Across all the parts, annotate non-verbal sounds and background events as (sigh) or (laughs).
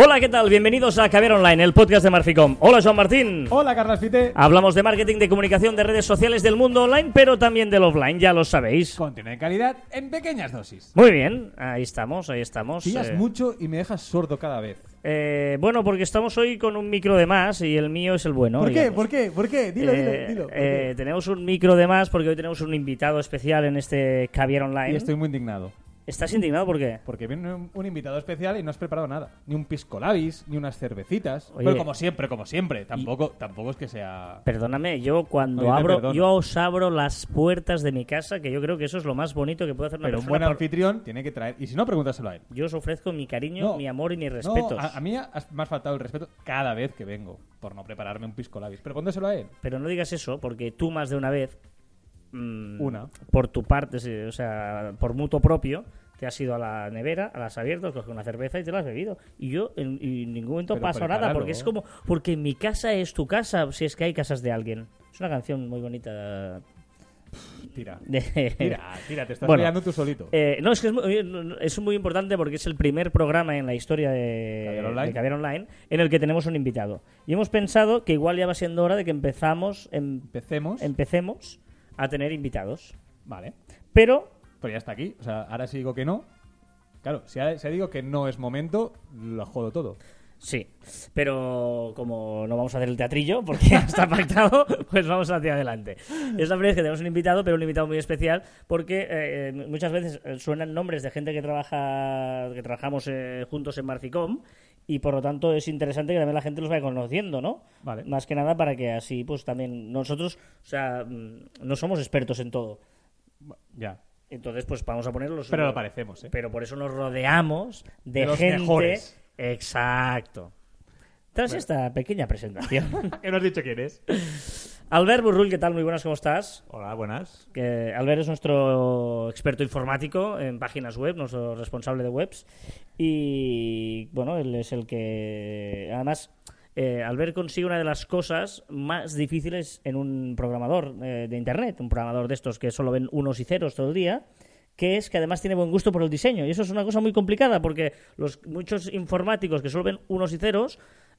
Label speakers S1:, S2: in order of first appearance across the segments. S1: Hola, ¿qué tal? Bienvenidos a Caber Online, el podcast de Marficom. Hola, Joan Martín.
S2: Hola, Carlos Fite.
S1: Hablamos de marketing, de comunicación, de redes sociales, del mundo online, pero también del offline, ya lo sabéis.
S2: Contenido de calidad en pequeñas dosis.
S1: Muy bien, ahí estamos, ahí estamos.
S2: Pillas
S1: Eh,
S2: mucho y me dejas sordo cada vez.
S1: eh, bueno, porque estamos hoy con un micro de más y el mío es el bueno.
S2: ¿Por qué?
S1: digamos.
S2: ¿Por qué? ¿Por qué? Dilo,
S1: Eh,
S2: dilo, dilo. ¿Por
S1: eh,
S2: qué?
S1: tenemos un micro de más porque hoy tenemos un invitado especial en este Caviar Online.
S2: Y estoy muy indignado.
S1: ¿Estás indignado por qué?
S2: Porque viene un, un invitado especial y no has preparado nada. Ni un pisco labis, ni unas cervecitas.
S1: Oye.
S2: Pero como siempre, como siempre. Tampoco, tampoco es que sea...
S1: Perdóname, yo cuando
S2: Oye, te
S1: abro,
S2: perdono.
S1: yo os abro las puertas de mi casa, que yo creo que eso es lo más bonito que puede hacer una
S2: Pero un
S1: persona.
S2: buen
S1: por-
S2: anfitrión tiene que traer... Y si no, pregúntaselo a él.
S1: Yo os ofrezco mi cariño,
S2: No.
S1: mi amor y mis
S2: No,
S1: respetos.
S2: a, a mí has- me has faltado el respeto cada vez que vengo por no prepararme un pisco labis. Pero póndeselo a él.
S1: Pero no digas eso, porque tú más de una vez, mm,
S2: Una.
S1: por tu parte, sí, o sea, por mutuo propio, te has ido a la nevera, a las abiertas, coges una cerveza y te la has bebido. Y yo en, y en ningún momento
S2: Pero
S1: pasa nada,
S2: prepáralo.
S1: porque es como, porque mi casa es tu casa, si es que hay casas de alguien. Es una canción muy bonita.
S2: Tira.
S1: De...
S2: Tira, tira. Te estás
S1: Bueno.
S2: liando tú solito.
S1: Eh, no, es que es muy, es muy importante porque es el primer programa en la historia de
S2: Caviar Online.
S1: de Caviar Online en el que tenemos un invitado. Y hemos pensado que igual ya va siendo hora de que empezamos, em-
S2: Empecemos.
S1: empecemos a tener invitados.
S2: Vale.
S1: Pero
S2: Pero ya está aquí. O sea, ahora si digo que no. Claro, si ahora si digo que no es momento, lo jodo todo.
S1: Sí, pero como no vamos a hacer el teatrillo porque (laughs) ya está pactado, pues vamos hacia adelante. Es la primera vez que tenemos un invitado, pero un invitado muy especial porque eh, eh, muchas veces eh, suenan nombres de gente que trabaja, que trabajamos eh, juntos en Marficom y por lo tanto es interesante que también la gente los vaya conociendo, ¿no?
S2: Vale.
S1: Más que nada para que así, pues también nosotros, o sea, mm, no somos expertos en todo.
S2: Ya.
S1: Entonces, pues vamos a ponerlos.
S2: Pero lo parecemos, ¿eh?
S1: Pero por eso nos rodeamos de,
S2: De los
S1: gente.
S2: mejores.
S1: Exacto. Tras esta pequeña presentación, (laughs)
S2: ¿Qué nos has dicho quién es?
S1: Albert Burrull, ¿qué tal? Muy buenas, ¿cómo estás?
S3: Hola, buenas.
S1: Que Albert es nuestro experto informático en páginas web, nuestro responsable de webs. Y bueno, él es el que. Además, eh, Albert consigue una de las cosas más difíciles en un programador eh, de internet, un programador de estos que solo ven unos y ceros todo el día que es que además tiene buen gusto por el diseño. Y eso es una cosa muy complicada porque los muchos informáticos que solo ven unos y ceros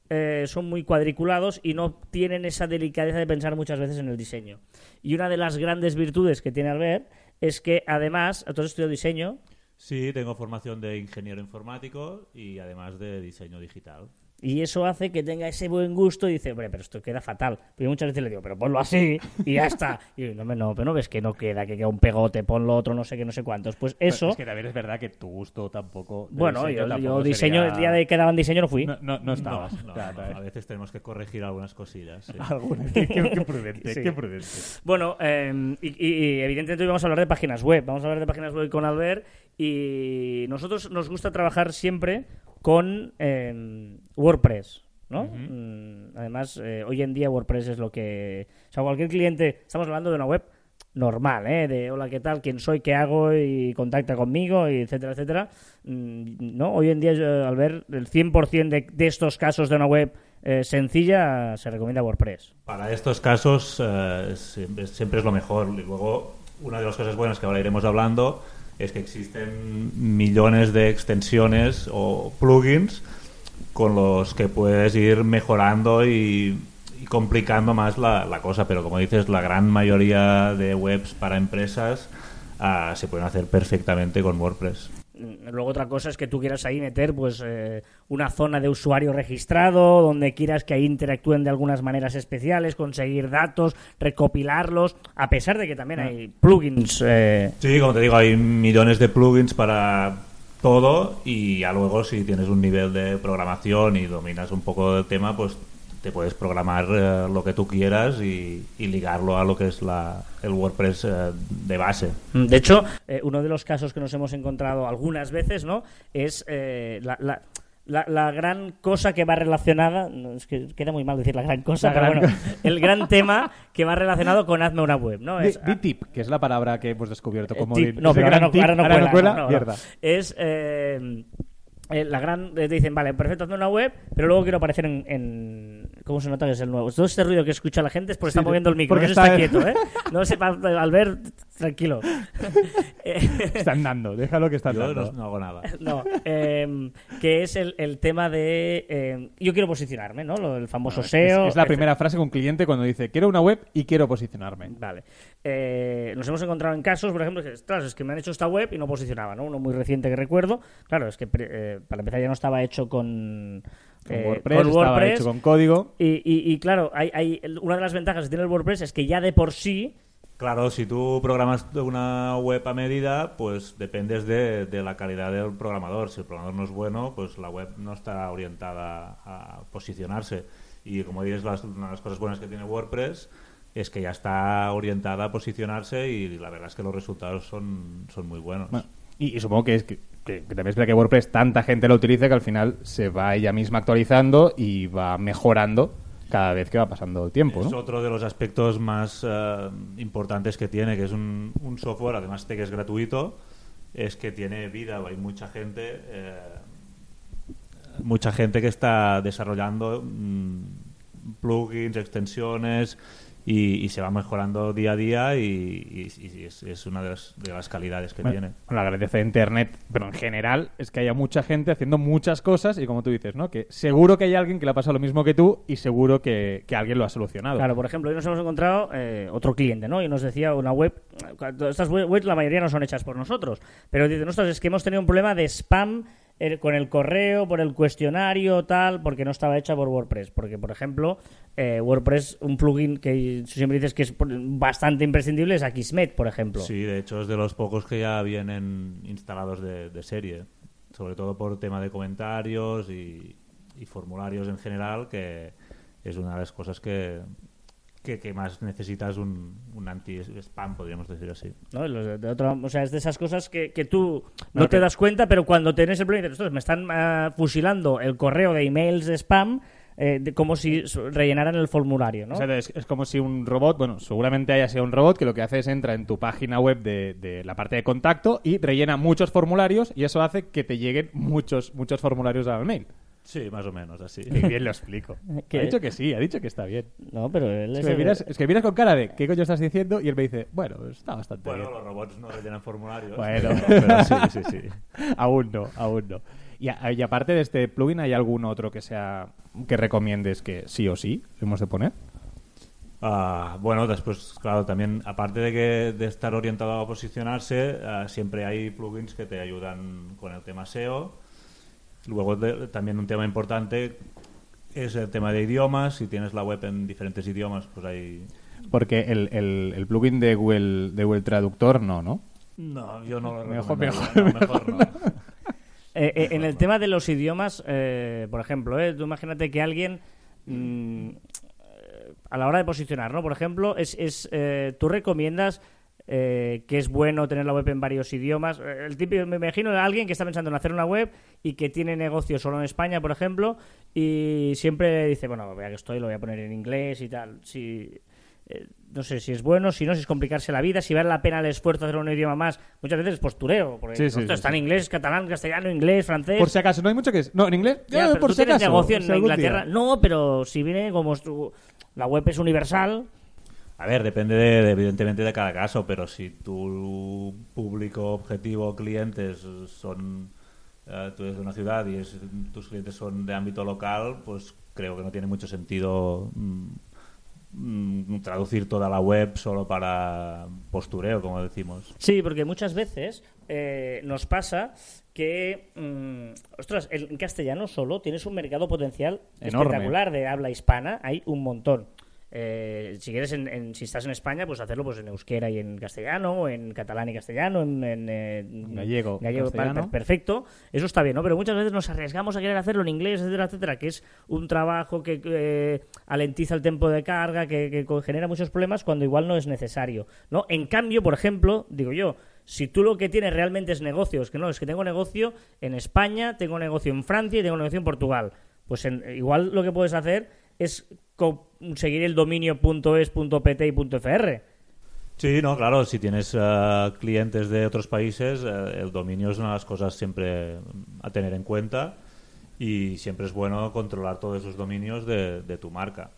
S1: eh, son muy cuadriculados y no tienen esa delicadeza de pensar muchas veces en el diseño. Y una de las grandes virtudes que tiene Albert es que además, entonces estudió diseño,
S3: Sí, tengo formación de ingeniero informático y además de diseño digital.
S1: Y eso hace que tenga ese buen gusto y dice, hombre, pero esto queda fatal. Pero yo muchas veces le digo, pero ponlo así y ya está. Y yo, no, hombre, no, pero no ves que no queda, que queda un pegote, ponlo otro, no sé qué, no sé cuántos. Pues eso,
S2: Es que también es verdad que tu gusto tampoco. de
S1: bueno,
S2: diseño
S1: yo, yo
S2: tampoco
S1: diseño,
S2: sería-
S1: el día de que daban diseño no fui.
S2: No, no, no estabas.
S3: No,
S2: Claro,
S3: no,
S2: claro.
S3: a veces tenemos que corregir algunas cosillas. sí.
S2: Alguna. (laughs) Qué, qué- qué prudente,
S1: Sí.
S2: qué prudente.
S1: Bueno, eh, y, y- y evidentemente hoy vamos a hablar de páginas web. Vamos a hablar de páginas web con Albert. Y nosotros nos gusta trabajar siempre con eh, WordPress. ¿no? Mm, Además, eh, hoy en día WordPress es lo que... O sea, cualquier cliente... Estamos hablando de una web normal, ¿eh? De hola, ¿qué tal? ¿Quién soy? ¿Qué hago? Y contacta conmigo, y etcétera, etcétera. Mm, ¿no? Hoy en día, yo, al ver el 100% de, de estos casos de una web eh, sencilla, se recomienda WordPress.
S3: Para estos casos eh, siempre, siempre es lo mejor. Y luego, una de las cosas buenas que ahora iremos hablando es que existen millones de extensiones o plugins con los que puedes ir mejorando y, y complicando más la, la cosa. Pero como dices, la gran mayoría de webs para empresas ah, se pueden hacer perfectamente con WordPress.
S1: Mm, Luego otra cosa es que tú quieras ahí meter pues eh, una zona de usuario registrado, donde quieras que ahí interactúen de algunas maneras especiales, conseguir datos, recopilarlos, a pesar de que
S2: Ah.
S1: también hay plugins. eh,
S3: Sí, como te digo, hay millones de plugins para todo y ya luego si tienes un nivel de programación y dominas un poco del tema, pues te puedes programar eh, lo que tú quieras y, y ligarlo a lo que es la, el WordPress eh, de base.
S1: Mm, De hecho, eh, uno de los casos que nos hemos encontrado algunas veces, ¿no? Es eh, la, la- la- la gran cosa que va relacionada, no, es que queda muy mal decir la gran cosa,
S2: La
S1: pero
S2: gran
S1: bueno, el gran
S2: (laughs)
S1: tema que va relacionado con hazme una web, ¿no?
S2: Di-
S1: Es,
S2: di tip, que es la palabra que hemos descubierto como
S1: Eh, tip-
S2: din-
S1: no,
S2: ese
S1: pero ahora
S2: gran
S1: no,
S2: tip,
S1: ahora no
S2: ahora no
S1: cuela, no, no, no.
S2: mierda.
S1: Es eh, eh, la gran. eh, Te dicen, vale, perfecto, hazme una web, pero luego quiero aparecer en. en- ¿Cómo se nota que es el nuevo? Todo este ruido que escucha la gente es porque
S2: Sí,
S1: está moviendo el micro,
S2: (laughs) porque
S1: no se está,
S2: está-
S1: quieto, ¿eh? No sé, pa- al ver tranquilo. (laughs) Eh,
S2: Están dando, déjalo que están
S3: Yo
S2: dando.
S3: no, no hago nada.
S1: no, eh, que es el, el tema de... eh, yo quiero posicionarme, ¿no? Lo- el famoso SEO. este-
S2: es, es la
S1: etcétera.
S2: primera frase que un cliente cuando dice, quiero una web y quiero posicionarme.
S1: Vale. Eh, nos hemos encontrado en casos, por ejemplo, que ostras, es que me han hecho esta web y no posicionaba, ¿no? Uno muy reciente que recuerdo. Claro, es que pre- eh, para empezar ya no estaba hecho con,
S2: Con
S1: eh,
S2: WordPress,
S1: con
S2: estaba
S1: WordPress.
S2: hecho con código.
S1: Y, y- y, claro, hay, hay- una de las ventajas que tiene el WordPress es que ya de por sí
S3: Claro, si tú programas una web a medida, pues dependes de, de la calidad del programador. Si el programador no es bueno, pues la web no estará orientada a posicionarse. Y como dices, las- una de las cosas buenas que tiene WordPress es que ya está orientada a posicionarse y la verdad es que los resultados son, son muy buenos.
S2: Bueno, y, y supongo que es que, que- que también espera que WordPress tanta gente lo utilice que al final se va ella misma actualizando y va mejorando cada vez que va pasando el tiempo,
S3: Es
S2: ¿no?
S3: otro de los aspectos más eh, importantes que tiene, que es un, un software, además de que es gratuito, es que tiene vida. Hay mucha gente, eh, mucha gente que está desarrollando mm, plugins, extensiones y, y se va mejorando día a día y, y- y es, es una de las, de las calidades que
S2: Bueno,
S3: tiene.
S2: bueno, la grandeza de Internet, pero en general, es que haya mucha gente haciendo muchas cosas y como tú dices, ¿no? Que seguro que hay alguien que le ha pasado lo mismo que tú y seguro que, que alguien lo ha solucionado.
S1: Claro, por ejemplo, hoy nos hemos encontrado eh, otro cliente, ¿no? Y nos decía una web, estas we- webs la mayoría no son hechas por nosotros, pero dicen, ostras, es que hemos tenido un problema de spam eh, con el correo, por el cuestionario, tal, porque no estaba hecha por WordPress. Porque, por ejemplo, eh, WordPress, un plugin que siempre dices que es por- bastante imprescindible es Akismet, por ejemplo.
S3: Sí, de hecho es de los pocos que ya vienen instalados de, de serie, sobre todo por tema de comentarios y, y formularios en general, que es una de las cosas que, que, que más necesitas un, un anti-spam, podríamos decir así.
S1: ¿no? Los de- de otra- o sea, es de esas cosas que, que tú no
S2: Claro
S1: te
S2: que-
S1: das cuenta, pero cuando tenés el problema, dices, "Ostras, me están ah, fusilando el correo de emails de spam eh, de- como si su- rellenaran el formulario, ¿no?
S2: O sea, es, es como si un robot, bueno, seguramente haya sido un robot que lo que hace es entra en tu página web de, de la parte de contacto y rellena muchos formularios y eso hace que te lleguen muchos, muchos formularios al mail.
S3: Sí, más o menos así.
S2: Qué bien lo explico.
S1: ¿Qué?
S2: (laughs) Ha dicho que sí, ha dicho que está bien.
S1: no, pero él es
S2: Es que, me
S1: el-
S2: miras, es que me miras con cara de ¿qué coño estás diciendo? Y él me dice, bueno, está bastante
S3: Bueno,
S2: bien.
S3: los robots no rellenan formularios.
S2: Bueno.
S3: pero- (laughs)
S2: (laughs)
S3: pero sí, sí, sí.
S2: aún no, aún no. Y, a- y aparte de este plugin, ¿hay algún otro que sea que recomiendes que sí o sí hemos de poner?
S3: Ah, bueno, después, claro, también, aparte de, que, de estar orientado a posicionarse, ah, siempre hay plugins que te ayudan con el tema SEO. Luego, de- también un tema importante es el tema de idiomas. Si tienes la web en diferentes idiomas, pues hay...
S2: Porque el, el- el plugin de Google, de Google Traductor no, ¿no?
S3: No, yo no lo
S2: Mejor,
S3: recomendaría,
S2: mejor,
S3: no, (laughs) mejor no.
S1: Eh, eh, en el tema de los idiomas, eh, por ejemplo, eh, tú imagínate que alguien mm, eh, a la hora de posicionar, ¿no? Por ejemplo, es, es eh, tú recomiendas eh, que es bueno tener la web en varios idiomas. Eh, El típico, me imagino a alguien que está pensando en hacer una web y que tiene negocio solo en España, por ejemplo, y siempre dice, bueno, vea que estoy, lo voy a poner en inglés y tal. Si eh, no sé si es bueno, si no, si es complicarse la vida, si vale la pena el esfuerzo de hacer un idioma más. Muchas veces es postureo, porque
S2: Sí, sí,
S1: ostras,
S2: sí,
S1: está
S2: sí.
S1: en inglés, catalán, castellano, inglés, francés.
S2: Por si acaso, no hay mucho que es. No, en inglés,
S1: Ya,
S2: eh,
S1: pero
S2: por
S1: tú
S2: si
S1: tienes
S2: acaso.
S1: negocio
S2: si
S1: en
S2: algún
S1: Inglaterra.
S2: día.
S1: No, pero si viene como es tu- la web es universal,
S3: A ver, depende de- de, evidentemente de cada caso, pero si tu público objetivo, clientes son. eh, tú eres de una ciudad y es- tus clientes son de ámbito local, pues creo que no tiene mucho sentido mm, mm, traducir toda la web solo para postureo, como decimos.
S1: Sí, porque muchas veces eh, nos pasa que, mm, ostras, el- en castellano solo tienes un mercado potencial
S2: Enorme.
S1: espectacular de habla hispana, hay un montón. Eh, si quieres, en- en- si estás en España, pues hacerlo pues en euskera y en castellano, o en catalán y castellano, en, en, eh,
S2: Gallego,
S1: gallego per-
S2: castellano.
S1: perfecto, eso está bien, ¿no? Pero muchas veces nos arriesgamos a querer hacerlo en inglés, etcétera, etcétera, que es un trabajo que eh, alentiza el tiempo de carga, que, que co- genera muchos problemas cuando igual no es necesario, ¿no? En cambio, por ejemplo, digo yo, si tú lo que tienes realmente es negocios, que no, es que tengo negocio en España, tengo negocio en Francia y tengo negocio en Portugal, pues en- igual lo que puedes hacer es co- conseguir el dominio .es, .pt y .fr.
S3: Sí, no, claro, si tienes eh, clientes de otros países, eh, el dominio es una de las cosas siempre mm, a tener en cuenta y siempre es bueno controlar todos esos dominios de, de tu marca.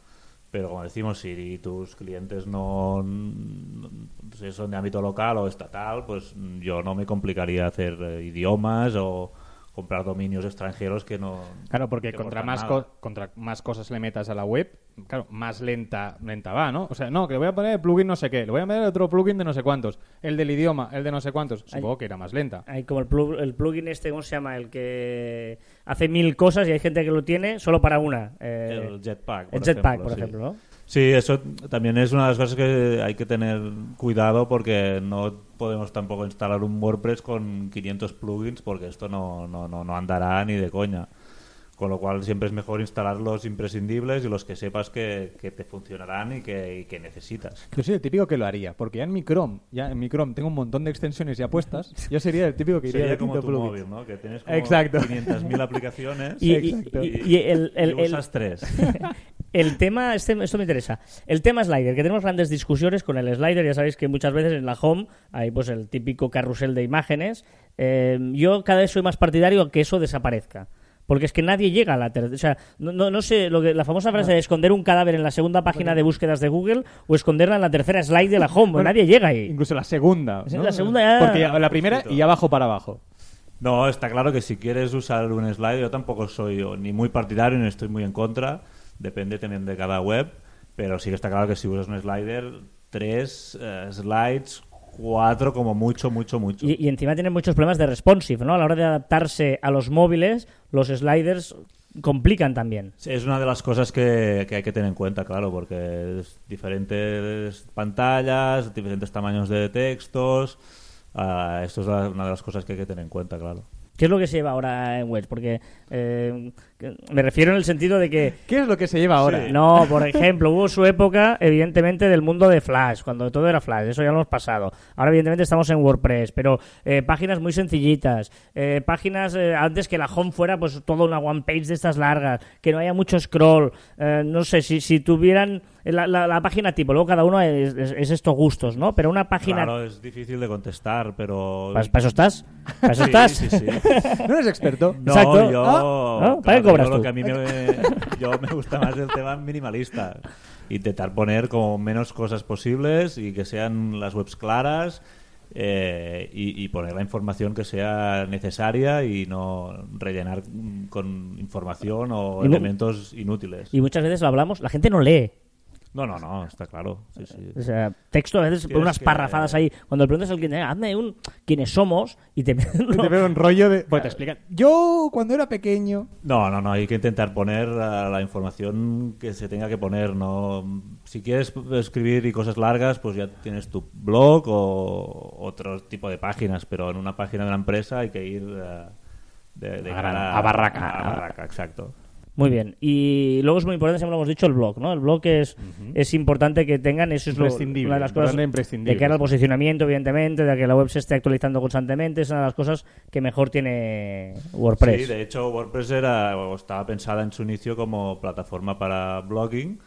S3: Pero como decimos, si tus clientes no, no- si son de ámbito local o estatal, pues yo no me complicaría hacer eh, idiomas o comprar dominios extranjeros que no...
S2: Claro, porque
S3: que
S2: contra
S3: aportan
S2: más,
S3: nada.
S2: co- contra más cosas le metas a la web, claro, más lenta, lenta va, ¿no? O sea, no, que le voy a poner el plugin no sé qué, le voy a poner otro plugin de no sé cuántos, el del idioma, el de no sé cuántos, supongo que era más lenta.
S1: Hay como el, plu- el plugin este, ¿cómo se llama? El que hace mil cosas y hay gente que lo tiene solo para una. eh,
S3: El jetpack, por
S1: el jetpack,
S3: ejemplo,
S1: por
S3: sí.
S1: ejemplo, ¿no?
S3: Sí, eso también es una de las cosas que hay que tener cuidado porque no podemos tampoco instalar un WordPress con 500 plugins porque esto no, no, no, no andará ni de coña. Con lo cual siempre es mejor instalar los imprescindibles y los que sepas que, que te funcionarán y que, y que necesitas.
S2: Yo soy el típico que lo haría, porque ya en mi Chrome, ya en mi Chrome tengo un montón de extensiones y apuestas, yo sería el típico que iría
S3: Sería
S2: de
S3: como
S2: quinto
S3: tu
S2: plugin.
S3: móvil, ¿no? Que tienes como
S2: Exacto.
S3: 500.000 aplicaciones
S1: (laughs) Y, y-
S2: Exacto.
S1: y- y el, el-
S3: y
S1: el-
S3: usas tres.
S1: (laughs) el tema, este- esto me interesa. El tema slider, que tenemos grandes discusiones con el slider. Ya sabéis que muchas veces en la home hay pues el típico carrusel de imágenes. Eh, yo cada vez soy más partidario a que eso desaparezca. Porque es que nadie llega a la tercera. O sea, no, no, no sé, lo que, la famosa
S3: Ah.
S1: frase de esconder un cadáver en la segunda página de búsquedas de Google o esconderla en la tercera slide de la home.
S2: Bueno,
S1: nadie llega ahí.
S2: Incluso la segunda.
S1: Sí,
S2: ¿no?
S1: la segunda ya-
S2: Porque ya- la primera y abajo para abajo.
S3: No, está claro que si quieres usar un slide, yo tampoco soy o ni muy partidario ni estoy muy en contra, depende también de cada web, pero sí que está claro que si usas un slider, tres eh, slides, cuatro como mucho, mucho, mucho.
S1: Y, y encima tienen muchos problemas de responsive, ¿no? A la hora de adaptarse a los móviles, los sliders complican también.
S3: Sí, Es una de las cosas que, que hay que tener en cuenta, claro, porque es diferentes pantallas, diferentes tamaños de textos, ah, esto es la- una de las cosas que hay que tener en cuenta, claro.
S1: ¿Qué es lo que se lleva ahora en Wedge? Porque eh, que- me refiero en el sentido de que...
S2: ¿Qué es lo que se lleva ahora?
S1: No, por ejemplo, hubo su época, evidentemente, del mundo de Flash, cuando todo era Flash, eso ya lo hemos pasado. Ahora, evidentemente, estamos en WordPress, pero eh, páginas muy sencillitas, eh, páginas eh, antes que la home fuera, pues toda una one page de estas largas, que no haya mucho scroll, eh, no sé, si, si tuvieran la, la- la página tipo, luego cada uno es, es- es estos gustos, ¿no? Pero una página...
S3: Claro, es difícil de contestar, pero...
S1: ¿Para, para eso estás? ¿Para eso
S3: (laughs) Sí,
S1: estás?
S3: sí, sí.
S2: No eres experto.
S3: (laughs) No,
S1: Exacto.
S3: yo.
S1: Ah, ah, ¿para qué
S3: claro,
S1: cobras
S3: yo lo
S1: tú?
S3: que a mí me, (laughs) yo me gusta más el tema minimalista. Intentar poner como menos cosas posibles y que sean las webs claras eh, y, y poner la información que sea necesaria y no rellenar mm, con información o
S1: Y mu-
S3: elementos inútiles.
S1: Y muchas veces lo hablamos, la gente no lee.
S3: No, no, no, está claro. Sí, sí.
S1: O sea, texto a veces por
S3: Tienes
S1: unas
S3: que-
S1: parrafadas ahí. Cuando le preguntas al cliente, "Eh, hazme un quiénes somos y te, (laughs)
S2: Te veo un rollo de... Pues te explican. Yo, cuando era pequeño...
S3: No, no, no, hay que intentar poner ah, la información que se tenga que poner, ¿no? Si quieres escribir y cosas largas, pues ya tienes tu blog o otro tipo de páginas, pero en una página de una empresa hay que ir ah, de, de
S2: A
S3: cara
S2: gran- a barraca.
S3: A barraca, exacto.
S1: Muy bien. Y luego es muy importante, siempre lo hemos dicho, el blog, ¿no? El blog es, es importante que tengan, eso es lo-
S2: Imprescindible,
S1: una de las cosas
S2: importante, e imprescindible,
S1: de cara al
S2: sí.
S1: posicionamiento, evidentemente, de que la web se esté actualizando constantemente, es una de las cosas que mejor tiene WordPress.
S3: Sí, de hecho WordPress era, o estaba pensada en su inicio como plataforma para blogging.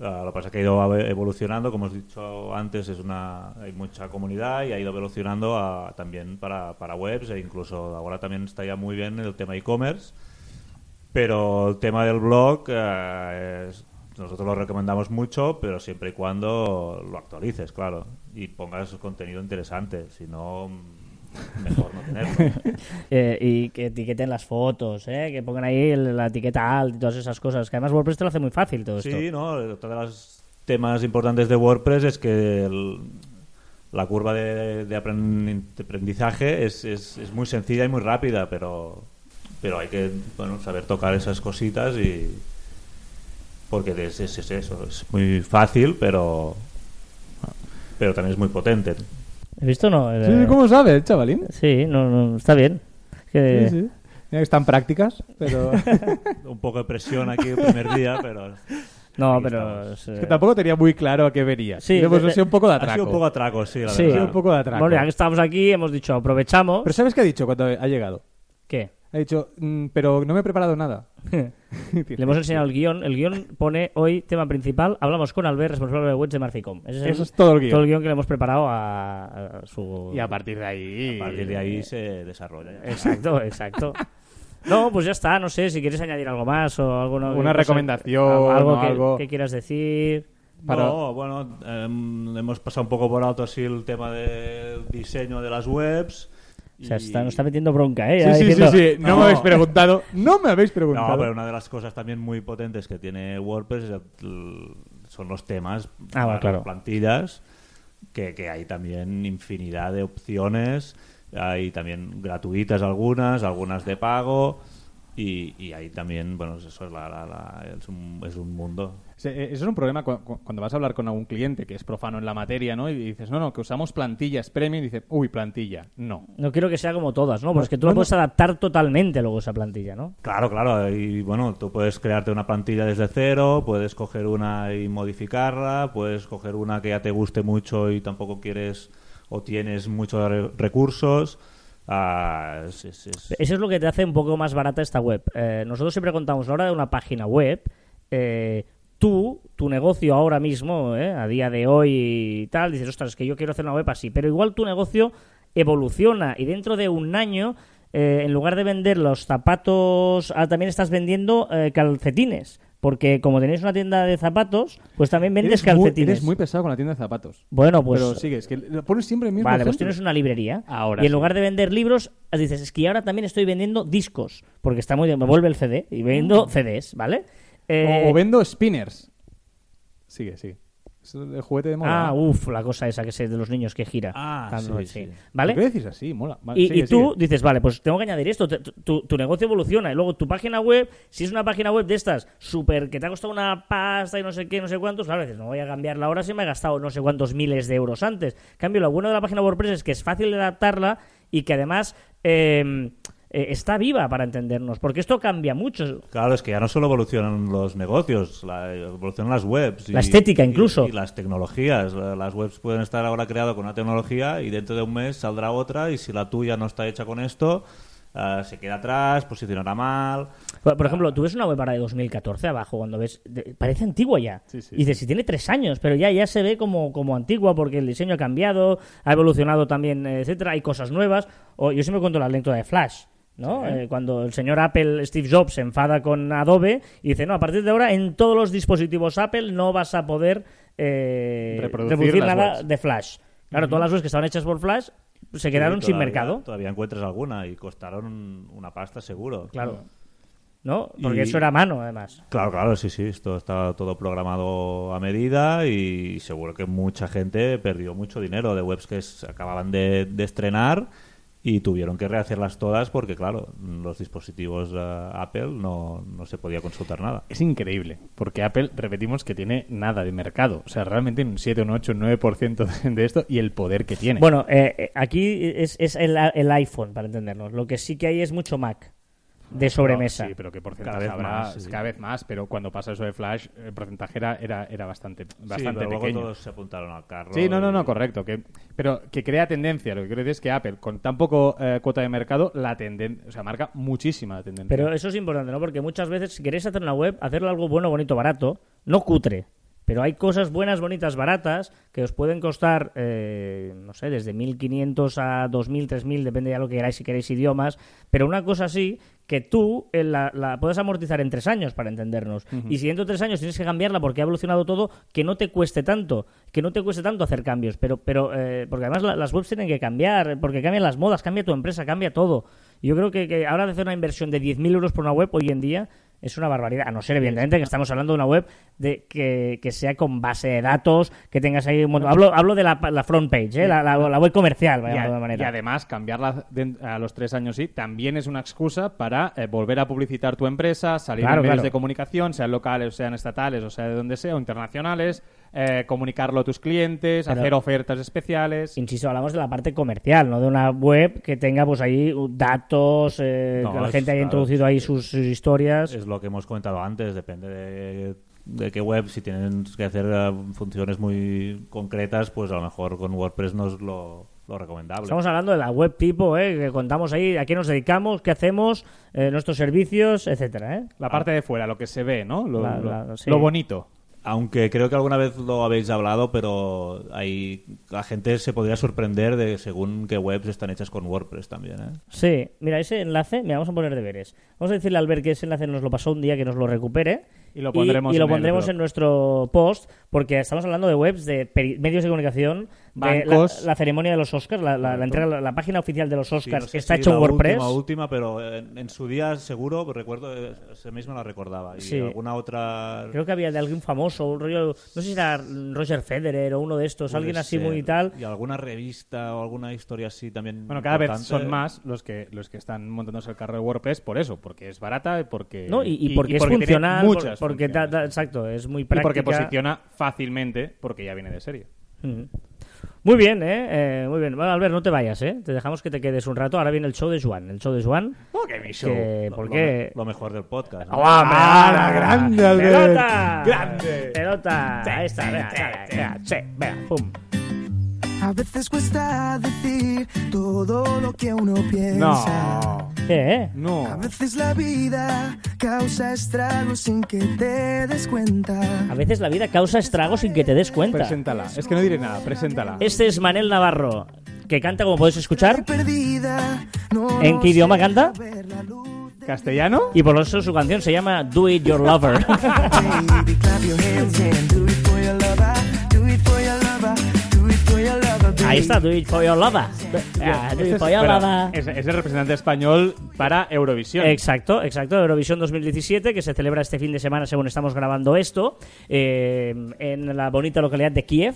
S3: Ah, lo que pasa es que ha ido evolucionando, como os he dicho antes, es una, hay mucha comunidad y ha ido evolucionando a- también para, para webs e incluso ahora también está ya muy bien el tema e-commerce. Pero el tema del blog, eh, es- nosotros lo recomendamos mucho, pero siempre y cuando lo actualices, claro, y pongas contenido interesante, si no, mm, mejor no tenerlo.
S1: (laughs) Eh, y que etiqueten las fotos, ¿eh? que pongan ahí el- la etiqueta alt y todas esas cosas. Que además WordPress te lo hace muy fácil todo esto.
S3: Sí, no, otro de los temas importantes de WordPress es que el- la curva de, de apren- de aprendizaje es, es- es muy sencilla y muy rápida, pero, pero hay que bueno, saber tocar esas cositas y porque es, es- es eso, es muy fácil, pero pero también es muy potente.
S1: ¿Has visto o no? Eh,
S2: Sí, ¿Cómo sabes, chavalín?
S1: sí, no, no, está bien. Es que-
S2: Sí, sí. Mira que están prácticas, pero...
S3: Un poco de presión aquí el primer día,
S2: (laughs)
S3: pero
S1: No,
S3: Aquí
S1: pero.
S3: estamos.
S1: eh,
S2: Que (laughs) tampoco tenía muy claro a qué venía.
S1: Sí,
S2: Sí, hemos
S1: de- de-
S2: sido un poco de atraco.
S3: ha sido un poco atraco, sí, la
S1: Sí.
S2: Ha
S3: verdad.
S2: sido un poco de atraco.
S1: Bueno, ya que estamos aquí, hemos dicho, aprovechamos.
S2: Pero ¿sabes qué ha dicho cuando ha llegado?
S1: ¿Qué?
S2: Ha dicho, "Mm, pero no me he preparado nada. (laughs)
S1: Le hemos enseñado el guión. El guión pone hoy tema principal. Hablamos con Albert, responsable de webs de Marficom. Ese
S2: Eso es todo el guión.
S1: Todo el guión que le hemos preparado a, a su.
S2: partir de ahí...
S3: A partir de ahí se desarrolla.
S2: (laughs)
S1: Exacto, exacto. No, pues ya está, no sé, si quieres añadir algo más o alguna
S2: Una
S1: cosa-
S2: recomendación
S1: algo,
S2: o
S1: que,
S2: algo.
S1: que quieras decir.
S2: Para-
S3: No, bueno, em, hemos pasado un poco por alto así el tema del diseño de las webs.
S1: O sea,
S3: y-
S1: está, nos está metiendo bronca, ¿eh?
S2: Sí,
S1: Ya
S2: sí, sí,
S1: diciendo-
S2: sí. No,
S3: No.
S2: me habéis preguntado. No me habéis preguntado.
S3: No, pero una de las cosas también muy potentes que tiene WordPress es el- son los temas,
S1: Ah, va,
S3: las
S1: claro.
S3: plantillas, que, que hay también infinidad de opciones, hay también gratuitas algunas, algunas de pago, y, y hay también, bueno, eso es, la- la- la- es, un, es un mundo.
S2: Sí, eh, Eso es un problema cu- cu- cuando vas a hablar con algún cliente que es profano en la materia, ¿no? Y dices, no, no, que usamos plantillas premium. Y dice, uy, plantilla. No.
S1: No quiero que sea como todas, ¿no? Porque tú
S2: No,
S1: la
S2: no.
S1: puedes adaptar totalmente luego esa plantilla, ¿no?
S3: Claro, claro, y bueno, tú puedes crearte una plantilla desde cero, puedes coger una y modificarla, puedes coger una que ya te guste mucho y tampoco quieres o tienes muchos re- recursos. Ah, es- es- es-
S1: Eso es lo que te hace un poco más barata esta web. Eh, nosotros siempre contamos, a la hora de una página web, eh, tú, tu negocio ahora mismo, eh, a día de hoy y tal, dices, ostras, es que yo quiero hacer una web así, pero igual tu negocio evoluciona y dentro de un año, eh, en lugar de vender los zapatos, ah, también estás vendiendo eh, calcetines. Porque como tenéis una tienda de zapatos, pues también vendes
S2: Eres muy-
S1: calcetines.
S2: eres muy pesado con la tienda de zapatos.
S1: Bueno, pues
S2: pero sigue, es que lo pones siempre el mismo
S1: Vale, pues
S2: ejemplo.
S1: tienes una librería.
S2: Ahora
S1: y en
S2: sí.
S1: lugar de vender libros, dices, es que ahora también estoy vendiendo discos. Porque está muy bien, me vuelve el CD. Y vendo CDs, ¿vale? Eh,
S2: Mm. o, o vendo spinners. Sigue, sigue. Es el juguete de moda.
S1: Ah,
S2: ¿no?
S1: uff, la cosa esa que es de los niños que gira.
S3: Ah,
S1: Tan-
S3: sí, sí.
S2: ¿Por qué
S1: ¿Vale?
S2: decís así? Mola. Vale,
S1: Y,
S2: sigue,
S1: y tú
S2: sigue.
S1: dices, vale, pues tengo que añadir esto. Te- Tu, tu negocio evoluciona. Y luego tu página web, si es una página web de estas, súper, que te ha costado una pasta y no sé qué, no sé cuántos, claro, dices, no voy a cambiarla ahora si me he gastado no sé cuántos miles de euros antes. En cambio, lo bueno de la página WordPress es que es fácil de adaptarla y que además eh, eh, está viva para entendernos. Porque esto cambia mucho.
S3: claro, es que ya no solo evolucionan los negocios, la- evolucionan las webs.
S1: La estética, incluso.
S3: Y, las tecnologías. La- Las webs pueden estar ahora creadas con una tecnología y dentro de un mes saldrá otra y si la tuya no está hecha con esto, ah, se queda atrás, posicionará mal.
S1: Por por ejemplo, tú ves una web ahora de 2014 abajo, cuando ves, de- parece antigua ya.
S2: Sí, sí.
S1: Y dices, si tiene tres años, pero ya, ya se ve como, como antigua porque el diseño ha cambiado, ha evolucionado también, eh, etcétera, hay cosas nuevas. O, yo siempre cuento la lectura de Flash. ¿no? Eh, cuando el señor Apple, Steve Jobs, se enfada con Adobe y dice, no, a partir de ahora en todos los dispositivos Apple no vas a poder eh,
S2: Reproducir las
S1: nada
S2: webs.
S1: de Flash. Claro, todas las webs que estaban hechas por Flash se quedaron
S3: Sí,
S1: sin
S3: todavía-
S1: mercado.
S3: Todavía encuentras alguna y costaron un- una pasta seguro.
S1: Claro. ¿No? Porque
S3: Y-
S1: eso era a mano, además.
S3: Claro, claro, sí, sí, esto está todo programado a medida y seguro que mucha gente perdió mucho dinero de webs que se acababan de, de estrenar y tuvieron que rehacerlas todas porque, claro, los dispositivos eh, Apple no, no se podía consultar nada.
S2: Es increíble, porque Apple, repetimos, que tiene nada de mercado. O sea, realmente un 7, un 8, un 9% de- de esto y el poder que tiene.
S1: Bueno, eh, eh, aquí es, es el, el iPhone, para entendernos. Lo que sí que hay es mucho Mac de sobremesa.
S2: No, sí, pero qué porcentaje
S3: Cada vez
S2: habrá.
S3: más,
S2: Es
S3: sí.
S2: cada vez más, pero cuando pasa eso de Flash, el porcentaje era, era, era bastante,
S3: sí, pero
S2: bastante
S3: luego
S2: pequeño.
S3: todos se apuntaron al carro.
S2: Sí, no, no,
S3: y-
S2: no, correcto. Que, pero que crea tendencia. Lo que quiero decir es que Apple, con tan poco eh, cuota de mercado, la tendencia, o sea, marca muchísima la tendencia.
S1: Pero eso es importante, ¿no? Porque muchas veces, si queréis hacer una web, hacerlo algo bueno, bonito, barato, no cutre. Pero hay cosas buenas, bonitas, baratas, que os pueden costar, eh, no sé, desde 1.500 a 2.000, 3.000, depende ya lo que queráis, si queréis idiomas. Pero una cosa así, que tú eh, la, la puedes amortizar en tres años, para entendernos. Y si dentro de tres años tienes que cambiarla porque ha evolucionado todo, que no te cueste tanto, que no te cueste tanto hacer cambios. Pero, pero eh, porque además la- las webs tienen que cambiar, porque cambian las modas, cambia tu empresa, cambia todo. Yo creo que, que ahora de hacer una inversión de 10.000 euros por una web hoy en día es una barbaridad. A no ser, evidentemente, que estamos hablando de una web de que, que sea con base de datos, que tengas ahí un montón. Hablo, hablo de la, pa- la front page, ¿eh? la, la- la web comercial,
S2: Y,
S1: vaya, de
S2: a-
S1: alguna
S2: y
S1: manera.
S2: además, cambiarla de- a los tres años sí, también es una excusa para eh, volver a publicitar tu empresa, salir
S1: Claro,
S2: en medios
S1: claro.
S2: de comunicación, sean locales, sean estatales, o sea, de donde sea, o internacionales, eh, comunicarlo a tus clientes,
S1: Pero-
S2: hacer ofertas especiales.
S1: Insisto, hablamos de la parte comercial, no de una web que tenga pues ahí uh, datos, eh,
S3: No,
S1: que la
S3: es-
S1: gente haya
S3: claro,
S1: introducido ahí sus, sus historias.
S3: Es lo que hemos comentado antes, depende de, de qué web, si tienen que hacer eh, funciones muy concretas, pues a lo mejor con WordPress no es lo, lo recomendable.
S1: Estamos hablando de la web tipo, ¿eh? que contamos ahí a qué nos dedicamos, qué hacemos, eh, nuestros servicios, etcétera, ¿eh?
S2: La parte de fuera, lo que se ve, ¿no? Lo,
S1: La-
S2: lo-
S1: la- sí.
S2: lo bonito.
S3: Aunque creo que alguna vez lo habéis hablado, pero ahí la gente se podría sorprender de según qué webs están hechas con WordPress también. ¿eh?
S1: Sí, mira, ese enlace, mira, vamos a poner deberes. Vamos a decirle a Albert que ese enlace nos lo pasó un día, que nos lo recupere.
S2: Y lo pondremos
S1: y,
S2: en
S1: lo
S2: el
S1: pondremos
S2: blog.
S1: en nuestro post, porque estamos hablando de webs, de peri- medios de comunicación, de la,
S2: Bancos.
S1: la ceremonia de los Oscars, la, la- la entrega, la, la página oficial de los
S3: Sí,
S1: Oscars
S3: no sé
S1: está
S3: si
S1: hecho en
S3: la
S1: WordPress.
S3: Última, última, pero en, en su día seguro, recuerdo, eh, se misma la recordaba. Y
S1: Sí.
S3: alguna otra.
S1: Creo que había de alguien famoso, un rollo, no sé si era Roger Federer o uno de estos,
S3: puede
S1: pues alguien así
S3: ser.
S1: muy tal.
S3: Y alguna revista o alguna historia así también.
S2: Bueno, cada vez
S3: importante.
S2: son más los que los que están montándose el carro de WordPress por eso, porque es barata y porque
S1: ¿no? Y, y porque es
S2: tiene
S1: funcional, por-
S2: muchas
S1: porque da-
S2: funciones.
S1: da- exacto, es muy
S2: y
S1: práctica.
S2: porque posiciona fácilmente porque ya viene de serie.
S1: Mm. Muy bien, ¿eh? Eh, Muy bien. Bueno, Albert, no te vayas, ¿eh? Te dejamos que te quedes un rato. Ahora viene el show de Juan. El show de Juan. Que,
S3: Lo-
S1: ¿Por
S3: lo
S1: qué?
S3: me- Lo, mejor del podcast. ¿no?
S1: ¡Hola, hombre!
S2: ¡Hala,
S1: ¡Hala!
S2: Ah, grande, Albert!
S1: ¡Pelota!
S2: ¡Grande!
S1: ¡Pelota! Ahí está, venga, venga, venga, sí, venga, pum.
S4: A veces cuesta decir todo lo que uno piensa.
S2: No,
S1: ¿Qué, eh?
S2: no.
S4: A veces la vida causa estragos sin que te des cuenta.
S1: A veces la vida causa estragos sin que te des cuenta.
S2: Preséntala. Es que no diré nada. Preséntala.
S1: Este es Manel Navarro, que canta, como podéis escuchar,
S4: Perdida, no
S1: ¿En qué
S4: nos
S1: idioma
S4: deja
S1: canta?
S4: ver la luz de-
S2: ¿Castellano?
S1: y por eso su canción se llama Do It Your
S2: (laughs)
S1: Lover.
S4: Baby, clap your hands and do it for your lover, do it for your lover, do it for your lover, baby.
S1: Ahí está, Do It For Your Lover. Ah, Do
S2: Este
S1: It
S2: es-
S1: For Your
S2: espera,
S1: Lover.
S2: es, es el representante español para Eurovisión.
S1: Exacto, exacto. Eurovisión 2017, que se celebra este fin de semana, según estamos grabando esto, eh, en la bonita localidad de Kiev,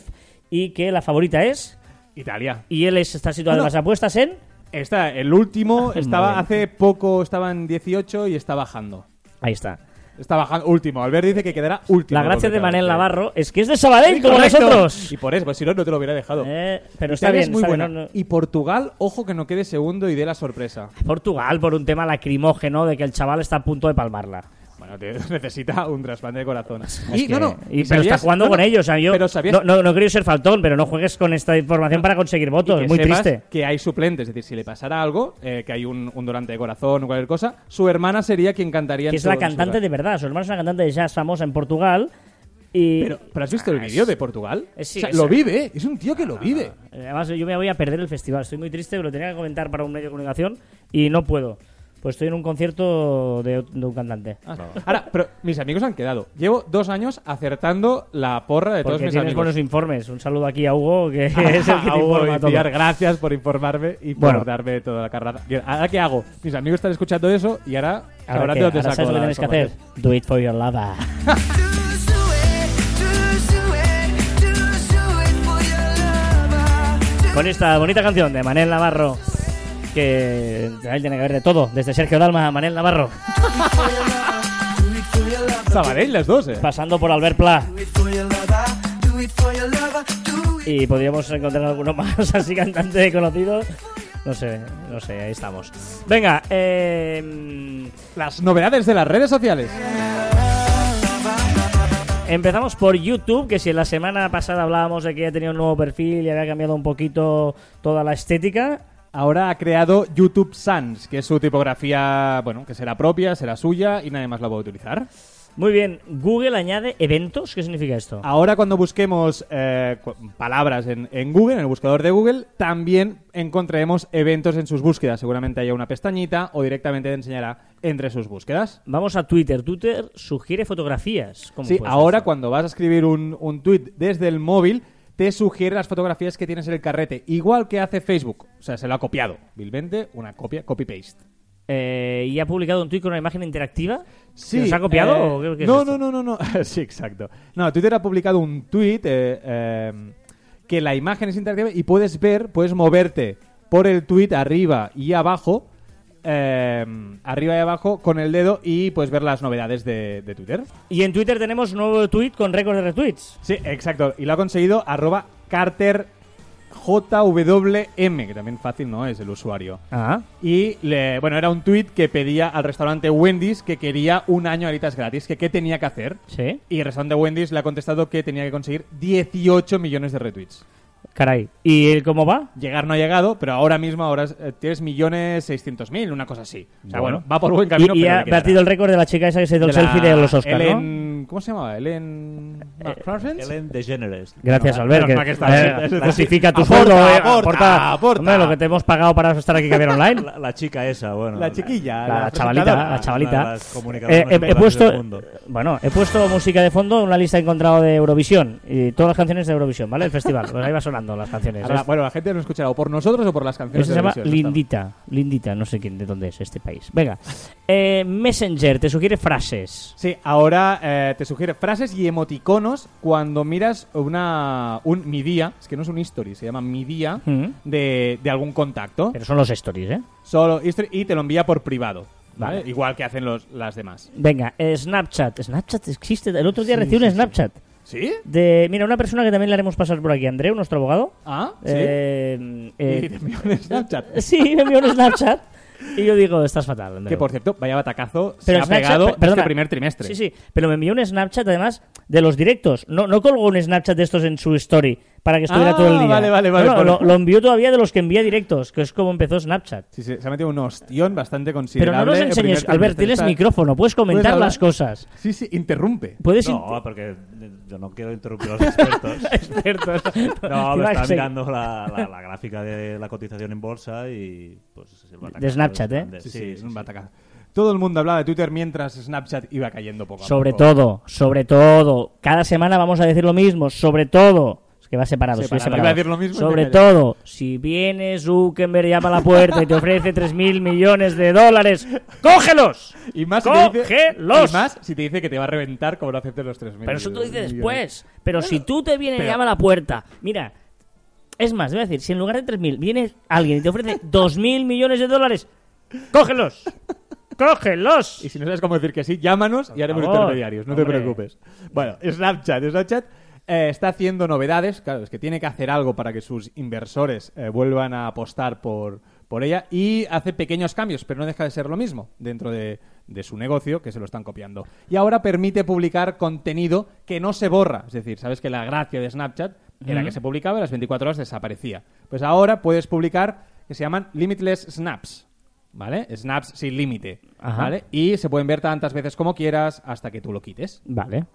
S1: y que la favorita es.
S2: Italia.
S1: Y él es- está situado en las apuestas en.
S2: Está, el último
S1: Ah,
S2: estaba
S1: Madre.
S2: hace poco, estaba en 18 y está bajando.
S1: Ahí está.
S2: Está bajando. Último. Albert dice que quedará último.
S1: La gracia de Manel
S2: concretamente.
S1: Navarro es que es de Sabadell, como
S2: Correcto.
S1: nosotros.
S2: Y por eso, pues si no, no te lo hubiera dejado.
S1: Eh, pero
S2: Italia
S1: está bien,
S2: es muy
S1: está bien,
S2: buena.
S1: no, no.
S2: Y Portugal, ojo que no quede segundo y dé la sorpresa.
S1: Portugal, por un tema lacrimógeno de que el chaval está a punto de palmarla.
S2: Bueno, te- (laughs) necesita un trasplante de corazón.
S1: Es que- y- pero
S2: sabías-
S1: está jugando
S2: no, no,
S1: con ellos. o sea, yo
S2: pero sabías
S1: no, no, no quiero ser faltón, pero no juegues con esta información para conseguir
S2: y
S1: votos.
S2: que
S1: Es muy
S2: sepas
S1: triste.
S2: Que hay suplentes, es decir, si le pasara algo, eh, que hay un, un donante de corazón o cualquier cosa, su hermana sería quien cantaría. en
S1: que es
S2: su-
S1: la
S2: en su
S1: cantante
S2: lugar.
S1: de verdad. Su hermano es una cantante de jazz famosa en Portugal. Y
S2: Pero, ¿pero has visto el vídeo de Portugal?
S1: eh, sí,
S2: O sea,
S1: Ah, es- Ah,
S2: lo vive, ¿eh? es un tío que lo vive.
S1: eh, además yo me voy a perder el festival. Estoy muy triste, lo tenía que comentar para un medio de comunicación y no puedo. Pues estoy en un concierto de, de un cantante.
S2: Ah, Ahora, pero mis amigos han quedado. Llevo dos años acertando la porra de todos
S1: Porque
S2: mis
S1: tienes
S2: amigos.
S1: buenos informes. Un saludo aquí a Hugo, (laughs)
S2: (laughs)
S1: que es el que te
S2: Hugo
S1: informa todo.
S2: Villar, gracias por informarme y
S1: Bueno.
S2: por darme toda la carrera. ¿Ahora qué hago? Mis amigos están escuchando eso y ahora
S1: Ahora,
S2: sabrán
S1: qué?
S2: de dónde
S1: Ahora
S2: saco
S1: sabes lo que
S2: la
S1: tienes que hacer.
S2: información.
S1: Do it for your lover.
S4: Do do it, do do it, do do it for your lover. Do
S1: Con esta bonita canción de Manel Navarro, que ahí tiene que haber de todo. Desde Sergio Dalma a Manel Navarro,
S4: it for your lover, do it for your lover.
S2: Sabadell, las dos, eh.
S1: pasando por Albert Pla.
S4: Do it for your lover, do it for your lover, do it.
S1: y podríamos encontrar alguno (laughs) más así cantante de conocido. No sé, no sé, ahí estamos. Venga, eh,
S2: Las novedades de las redes sociales.
S1: empezamos por YouTube, que si la semana pasada hablábamos de que ya tenía un nuevo perfil y había cambiado un poquito toda la estética,
S2: Ahora ha creado YouTube Sans, que es su tipografía, bueno, que será propia, será suya y nadie más la va a utilizar.
S1: muy bien, Google añade eventos, ¿qué significa esto?
S2: Ahora cuando busquemos eh, cu- palabras en, en Google, en el buscador de Google, también encontraremos eventos en sus búsquedas. Seguramente haya una pestañita o directamente te enseñará entre sus búsquedas.
S1: Vamos a Twitter. Twitter sugiere fotografías. ¿Cómo
S2: Sí,
S1: puede ser
S2: ahora
S1: esto?
S2: cuando vas a escribir un, un tweet desde el móvil, te sugiere las fotografías que tienes en el carrete, igual que hace Facebook. O sea, se lo ha copiado. Vilmente, una copia, copy-paste.
S1: Eh, y ha publicado un tweet con una imagen interactiva.
S2: Sí,
S1: ¿Nos ha copiado?
S2: eh,
S1: o qué- qué es
S2: no,
S1: esto?
S2: no, no, no, no. (laughs) sí, exacto. No, Twitter ha publicado un tweet que la imagen es interactiva y puedes ver, puedes moverte por el tweet arriba y abajo, eh, arriba y abajo con el dedo y puedes ver las novedades de, de Twitter.
S1: Y en Twitter tenemos nuevo tweet con récord de retweets.
S2: Sí, exacto. Y lo ha conseguido arroba Carter JWM, que también fácil no es el usuario.
S1: Ah.
S2: Y le- bueno, era un tweet que pedía al restaurante Wendy's que quería un año de alitas gratis, que qué tenía que hacer.
S1: Sí.
S2: Y el restaurante Wendy's le ha contestado que tenía que conseguir 18 millones de retweets.
S1: Caray. ¿Y eh, cómo va?
S2: Llegar no ha llegado, pero ahora mismo ahora eh, tienes millones seiscientos mil, una cosa así. O sea, bueno,
S1: Bueno.
S2: va por buen camino.
S1: y y
S2: pero
S1: ha
S2: le quedará.
S1: batido el récord de la chica esa que se hizo el
S2: De la
S1: selfie de los Eh, Oscars,
S2: Ellen Ellen. ¿Cómo se llamaba? ¿Ellen McPhersons?
S3: Ellen DeGeneres.
S1: Gracias,
S2: No,
S1: Albert.
S2: menos mal
S1: Que,
S2: que está
S1: eh,
S2: bien. Es decir,
S1: justifica tu
S2: aporta,
S1: sueldo. eh,
S2: aporta,
S1: aporta,
S2: aporta.
S1: Hombre, lo que te hemos pagado para estar aquí Caviar Online.
S3: La, la chica esa, bueno.
S2: La chiquilla.
S1: La, chavalita,
S2: presentadora.
S1: la chavalita.
S3: Una de las comunicadoras
S1: Eh,
S3: más
S1: he- he,
S3: pelas
S1: puesto,
S3: del mundo.
S1: bueno, he puesto música de fondo, una lista que he encontrado de Eurovisión y todas las canciones de Eurovisión, ¿vale? El festival, pues ahí va sonando las canciones.
S2: Ahora,
S1: Es-
S2: bueno, la gente nos escuchará o por nosotros o por las canciones.
S1: Eso se
S2: de
S1: llama
S2: Eurovisión, ¿no?
S1: Lindita, Lindita, no sé quién de dónde es este país. Venga, Eh, Messenger te sugiere frases.
S2: Sí, ahora eh, te sugiere frases y emoticonos cuando miras una un mi día, es que no es un history, se llama mi día
S1: Mm.
S2: de, de algún contacto,
S1: Pero son los stories, ¿eh?
S2: solo history y te lo envía por privado, ¿vale?
S1: Vale.
S2: Igual que hacen los las demás.
S1: Venga, eh, Snapchat. Snapchat existe. El otro día
S2: Sí,
S1: recibí
S2: sí,
S1: un
S2: sí.
S1: Snapchat.
S2: ¿Sí?
S1: De, mira, una persona que también le haremos pasar por aquí, Andreu, nuestro abogado.
S2: Ah, sí.
S1: Eh, eh,
S2: (laughs) Y te envió un
S1: (laughs)
S2: Snapchat.
S1: sí, me envió un Snapchat. Y yo digo, estás fatal, Andreu.
S2: Que por cierto, vaya batacazo se
S1: Pero
S2: ha
S1: Snapchat,
S2: pegado
S1: pe- perdona.
S2: este primer trimestre.
S1: Sí, sí, pero me envió un Snapchat además de los directos. No, no colgó un Snapchat de estos en su story para que estuviera
S2: Ah,
S1: todo el día.
S2: vale, vale,
S1: No,
S2: vale,
S1: no,
S2: por-
S1: lo, lo envió todavía de los que envía directos, que es como empezó Snapchat.
S2: Sí, sí, se ha metido un ostión bastante
S1: Pero
S2: considerable.
S1: no nos
S2: el primer
S1: enseñes, Albert,
S2: trimestre.
S1: tienes
S2: Está-
S1: micrófono, puedes comentar
S2: hablar?
S1: las cosas.
S2: Sí, sí, interrumpe.
S1: Puedes in-
S3: No, porque yo no quiero interrumpir a los expertos.
S2: (laughs)
S1: expertos.
S3: No, me
S1: Iba a
S3: estaba
S1: seguir.
S3: mirando la, la- la gráfica de la cotización en bolsa y pues el batacazo
S1: De Snapchat, ¿eh?
S3: grande.
S2: Pues, Sí, sí, es un batacazo. Todo el mundo hablaba de Twitter mientras Snapchat iba cayendo poco a
S1: Sobre
S2: poco.
S1: todo, sobre todo. Cada semana vamos a decir lo mismo, sobre todo. Es que va separado, sí,
S2: Separado.
S1: separado.
S2: Iba a decir lo mismo y
S1: Sobre
S2: me callé.
S1: todo, si viene Zuckerberg, llama a la puerta y te ofrece 3.000 millones de dólares, ¡cógelos!
S2: Y más, si te dice,
S1: ¡Cógelos!
S2: y más si te dice que te va a reventar como no aceptes los 3.000.
S1: Pero eso tú dices
S2: millones.
S1: después. Pero si tú te viene y llama a la puerta, mira, es más, voy a decir, si en lugar de 3.000 viene alguien y te
S2: (laughs)
S1: ofrece 2.000 millones de dólares, ¡cógelos! ¡Cógelos!
S2: Y si no sabes cómo decir que sí, llámanos y haremos
S1: favor,
S2: intermediarios, no te
S1: hombre.
S2: preocupes. Bueno, Snapchat, Snapchat eh, está haciendo novedades, claro, es que tiene que hacer algo para que sus inversores eh, vuelvan a apostar por, por ella y hace pequeños cambios, pero no deja de ser lo mismo dentro de, de su negocio que se lo están copiando. Y ahora permite publicar contenido que no se borra, es decir, sabes que la gracia de Snapchat era que se publicaba y a las 24 horas desaparecía. Pues ahora puedes publicar que se llaman Limitless Snaps. ¿Vale? Snaps sin límite.
S1: Ajá.
S2: ¿Vale? Y se pueden ver tantas veces como quieras hasta que tú lo quites.
S1: Vale.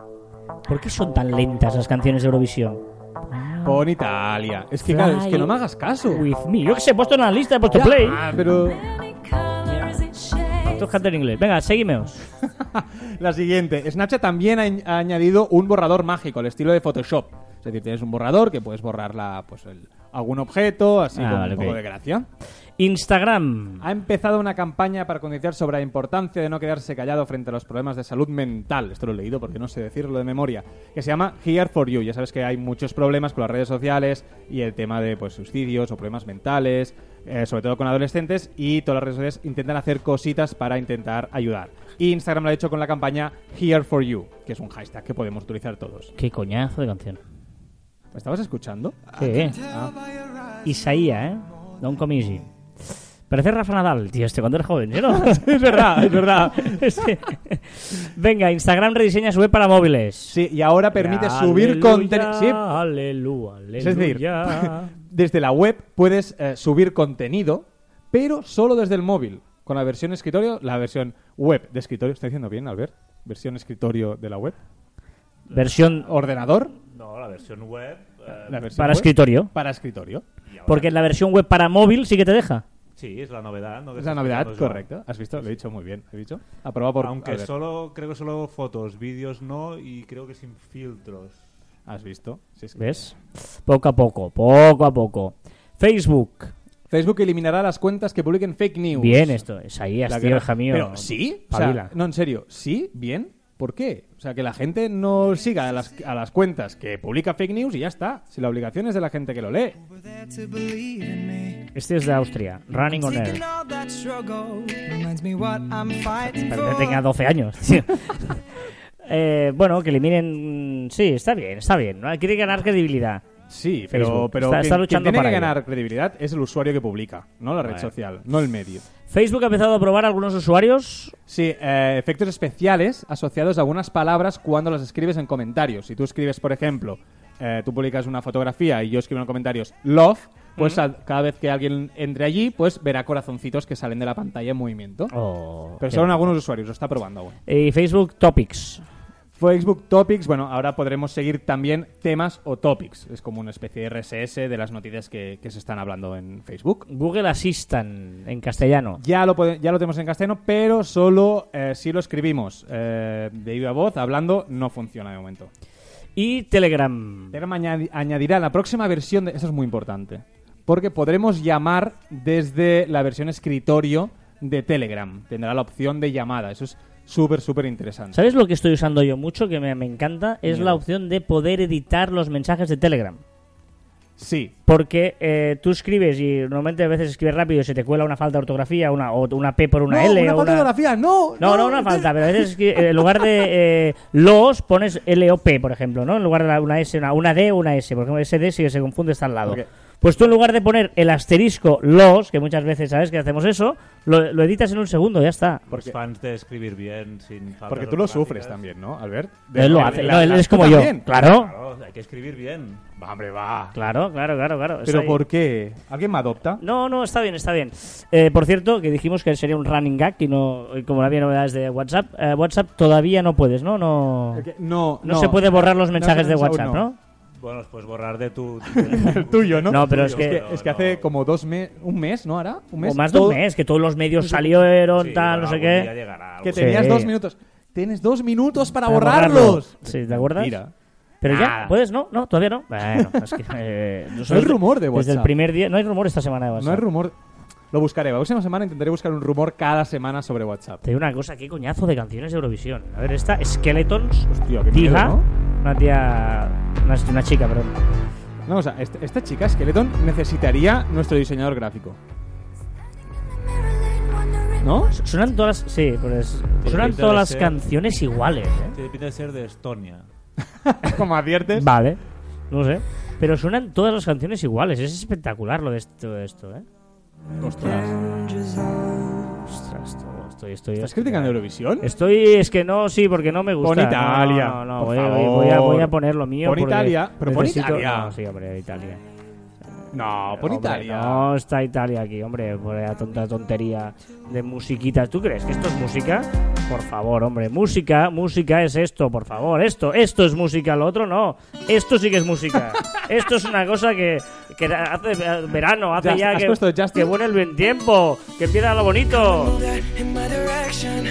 S1: ¿Por qué son tan lentas las canciones de Eurovisión?
S2: Pon Italia. Es que, claro, es que no me hagas caso.
S1: With me. Yo que sé, he puesto en la lista, he puesto play.
S2: Ah, pero
S1: Esto es canto en inglés. Venga, seguimeos.
S2: la siguiente. Snapchat también ha, añ- ha añadido un borrador mágico, el estilo de Photoshop. Es decir, tienes un borrador que puedes borrar la, pues, el- algún objeto, así
S1: Ah,
S2: con
S1: vale,
S2: un poco
S1: ok.
S2: de gracia.
S1: Instagram.
S2: Ha empezado una campaña para concienciar sobre la importancia de no quedarse callado frente a los problemas de salud mental. Esto lo he leído porque no sé decirlo de memoria. Que se llama Here for You. Ya sabes que hay muchos problemas con las redes sociales y el tema de pues, suicidios o problemas mentales, eh, sobre todo con adolescentes. Y todas las redes sociales intentan hacer cositas para intentar ayudar. Y Instagram lo ha hecho con la campaña Here for You, que es un hashtag que podemos utilizar todos.
S1: Qué coñazo de canción.
S2: ¿Me estabas escuchando?
S1: Sí, eh. Isaía, ¿eh? Don Comisi. Parece Rafa Nadal, tío, este cuando era joven, ¿sí o
S2: (laughs)
S1: no? (laughs)
S2: es verdad, es verdad.
S1: Sí. Este. Venga, Instagram rediseña su web para móviles.
S2: Sí, y ahora permite subir contenido. Sí,
S1: Aleluya, aleluya.
S2: Es decir, (laughs) desde la web puedes eh, subir contenido, pero solo desde el móvil. Con la versión escritorio, la versión web de escritorio. ¿Está diciendo bien, Albert? Versión escritorio de la web.
S1: Versión
S2: Ordenador.
S3: No, la versión web. eh,
S2: La versión
S1: para
S2: web,
S1: escritorio.
S2: Para escritorio.
S3: y ahora-
S1: Porque en la versión web para móvil sí que te deja.
S3: Sí, es la novedad. ¿no? Que
S2: Es la
S3: está
S2: novedad,
S3: explicando Joan.
S2: correcto. ¿Has visto? Lo he dicho muy bien. He dicho. Aprobado por
S3: Aunque
S2: Albert.
S3: solo, creo que solo fotos, vídeos no, y creo que sin filtros.
S2: Has visto. Sí, es que-
S1: ¿Ves? Poco a poco, poco a poco. Facebook.
S2: Facebook eliminará las cuentas que publiquen fake news.
S1: Bien esto. Isaías,
S2: Pues La
S1: tío,
S2: guerra-
S1: hija mío.
S2: Pero sí, o sea,
S1: Pabila.
S2: no, en serio, sí, bien. ¿Por qué? O sea, que la gente no siga a las, a las cuentas que publica fake news y ya está. Si la obligación es de la gente que lo lee.
S4: there to believe in me.
S1: Este es de Austria. Running on Air.
S4: Taking all that struggle reminds me what I'm fighting
S1: Pero que
S4: for.
S1: tenga 12 años, tío. (laughs) Eh, bueno, que eliminen. mm, Sí, está bien, está bien. ¿no? Quiere ganar credibilidad.
S2: Sí,
S1: Facebook.
S2: pero, pero
S1: Está-
S2: quien-
S1: está
S2: quien
S1: luchando
S2: tiene
S1: para
S2: que
S1: ello.
S2: ganar credibilidad es el usuario que publica, no la red social, no el medio.
S1: Facebook ha empezado a probar a algunos usuarios.
S2: Sí, eh, efectos especiales asociados a algunas palabras cuando las escribes en comentarios. Si tú escribes, por ejemplo, eh, tú publicas una fotografía y yo escribo en comentarios love, pues al- cada vez que alguien entre allí, pues verá corazoncitos que salen de la pantalla en movimiento.
S1: Oh,
S2: Pero
S1: qué
S2: solo en
S1: bueno.
S2: algunos usuarios, lo está probando aún.
S1: Y Facebook Topics.
S2: Facebook Topics, bueno, ahora podremos seguir también temas o topics. Es como una especie de RSS de las noticias que, que se están hablando en Facebook.
S1: Google Assistant en castellano.
S2: Ya lo, pode- ya lo tenemos en castellano, pero solo eh, si lo escribimos eh, de viva voz, hablando, no funciona de momento.
S1: Y Telegram.
S2: Telegram añadi- añadirá la próxima versión de... Esto es muy importante. Porque podremos llamar desde la versión escritorio de Telegram. Tendrá la opción de llamada. Eso es súper, súper interesante.
S1: ¿Sabes lo que estoy usando yo mucho, que me, me encanta? Es
S2: Mira.
S1: la opción de poder editar los mensajes de Telegram.
S2: Sí.
S1: Porque eh, tú escribes y normalmente a veces escribes rápido y se te cuela una falta de ortografía, una, o una P por una
S2: No,
S1: L.
S2: una
S1: o
S2: falta de ortografía, no,
S1: No,
S2: no,
S1: no, una
S2: no.
S1: falta, pero a veces escri- eh, en lugar de eh, los pones LOP, por ejemplo, ¿no? En lugar de la- una S, una, una D o una S, porque una SD sí que se confunde está al lado.
S2: Ok.
S1: Pues tú en lugar de poner el asterisco los, que muchas veces sabes que hacemos eso, lo, lo editas en un segundo, ya está.
S2: Porque-
S3: Los fans de escribir bien, sin faltas
S2: Porque tú lo sufres
S3: ortográficas.
S2: también, ¿no, Albert?
S1: Él lo
S2: la-
S1: hace,
S2: la-
S1: no, él
S2: la-
S1: es
S2: tú
S1: como yo.
S2: también.
S1: Claro,
S3: Claro, hay que escribir bien.
S2: Va, hombre, va.
S1: claro, claro, claro, claro. está
S2: Pero
S1: ahí.
S2: ¿por qué? ¿Alguien me adopta?
S1: No, no, está bien, está bien. Eh, por cierto, que dijimos que sería un running gag y no, y como no había novedades de WhatsApp, eh, WhatsApp todavía no puedes, ¿no? No,
S2: Porque No,
S1: no se puede borrar los
S2: No,
S1: mensajes de
S2: no, no,
S1: WhatsApp,
S2: no.
S1: ¿no?
S3: Bueno, los puedes borrar de tu...
S2: (laughs) El tuyo, ¿no?
S1: No, pero es
S2: Es
S1: que-
S2: que, es que hace como dos meses, un mes, ¿no? Ahora, un mes.
S1: O más de un
S2: todo-
S1: mes, que todos los medios salieron,
S3: Sí,
S1: tal,
S3: bueno,
S1: no sé
S3: algún
S1: qué.
S3: día llegará,
S2: Que
S3: algún día.
S2: tenías
S1: Sí.
S2: dos minutos. Tienes dos minutos para,
S1: Para borrarlo.
S2: borrarlos.
S1: Sí, ¿te acuerdas?
S2: Mira.
S1: Pero
S2: Nada.
S1: ya, ¿puedes? No, no, todavía no.
S2: (laughs)
S1: Bueno, es que. eh,
S2: No hay
S1: nosotros-
S2: rumor de
S1: Desde
S2: WhatsApp.
S1: el primer día. No hay rumor esta semana de WhatsApp.
S2: No hay rumor. Lo buscaré. La próxima semana intentaré buscar un rumor cada semana sobre WhatsApp.
S1: Te digo una cosa, qué coñazo de canciones de Eurovisión. A ver, esta, Skeletons.
S2: Hostia, qué miedo,
S1: Tija.
S2: ¿no?
S1: Una tía. Una, una chica, perdón.
S2: No, o sea, esta, esta chica, Skeleton, necesitaría nuestro diseñador gráfico. (laughs) ¿No?
S1: Suenan todas las. Sí, pues. Suenan
S3: pinta
S1: todas
S3: de
S1: las
S3: ser.
S1: canciones iguales, ¿eh?
S3: Tiene pinta de ser de Estonia.
S2: Como adviertes.
S1: Vale. No sé. Pero suenan todas las canciones iguales. Es espectacular lo de esto, de esto ¿eh?
S2: Ostras.
S1: Ostras, todo, estoy, estoy.
S2: ¿Estás
S1: estoy-
S2: criticando Eurovisión?
S1: Estoy, es que no, sí, porque no me gusta.
S2: Pon Italia,
S1: No, no, no,
S2: por
S1: voy, a- voy-
S2: favor.
S1: voy a, voy a poner lo mío.
S2: Pon
S1: porque
S2: Italia, pero pon
S1: necesito-
S2: Italia.
S1: No, sí, hombre, Italia.
S2: No, por
S1: Hombre,
S2: Italia.
S1: No, está Italia aquí, hombre, por la tonta tontería de musiquitas. ¿Tú crees que esto es música? Por favor, hombre, música, música es esto, por favor, esto, esto es música, lo otro no. Esto sí que es música.
S2: (laughs)
S1: esto es una cosa que, que hace eh, verano, hace
S2: Just-
S1: ya
S2: ¿has
S1: que,
S2: puesto Justin?
S1: que vuelve el buen tiempo, que empieza lo bonito.
S4: in my direction.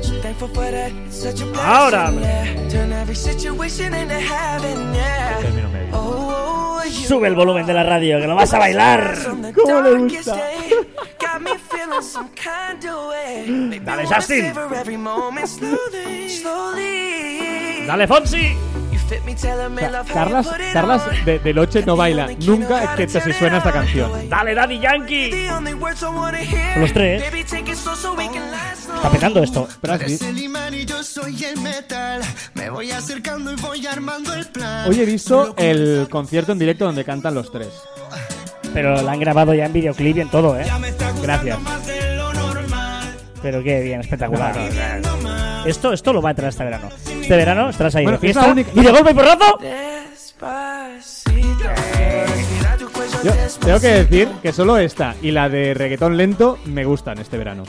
S4: So thankful for that. It's such a
S1: Ahora.
S4: blessing. yeah. Turn every situation into heaven, yeah.
S3: Término medio.
S4: Oh, oh, you
S1: Sube el volumen de la radio, que lo vas a bailar.
S4: From the
S2: ¿Cómo le
S4: darkest
S2: gusta?
S4: day, got me feeling some kind of way. Maybe
S1: Dale,
S4: wanna
S1: Justin.
S4: savor every moment slowly, slowly.
S1: Dale, Fonsi.
S4: You fit me, telling me love how you
S2: Carlas,
S4: put it
S2: Carlas
S4: on.
S2: de, de Loche no baila nunca excepto si suena esta canción.
S1: Dale, Daddy Yankee.
S4: The only words I wanna hear.
S1: Los tres.
S4: Baby, take it slow so we can last
S1: Está
S4: long.
S1: petando esto.
S2: Pero has
S5: Tú eres
S2: vi-
S5: el imán y yo soy el metal. Me voy acercando y voy armando el plan.
S2: Hoy he visto el concierto en directo donde cantan los tres.
S1: Pero la han grabado ya en videoclip y en todo, ¿eh?
S5: Ya me está gustando
S1: Gracias.
S5: más de lo normal.
S1: Pero qué bien, espectacular. Esto, esto lo va a traer este verano. Este verano estarás ahí
S2: Bueno,
S1: de
S2: es la
S1: fiesta
S2: única-
S1: y de golpe y porrazo.
S4: Despacito. Respirar tu cuello
S2: Yo
S4: despacito.
S2: tengo que decir que solo esta y la de reggaetón lento me gustan este verano.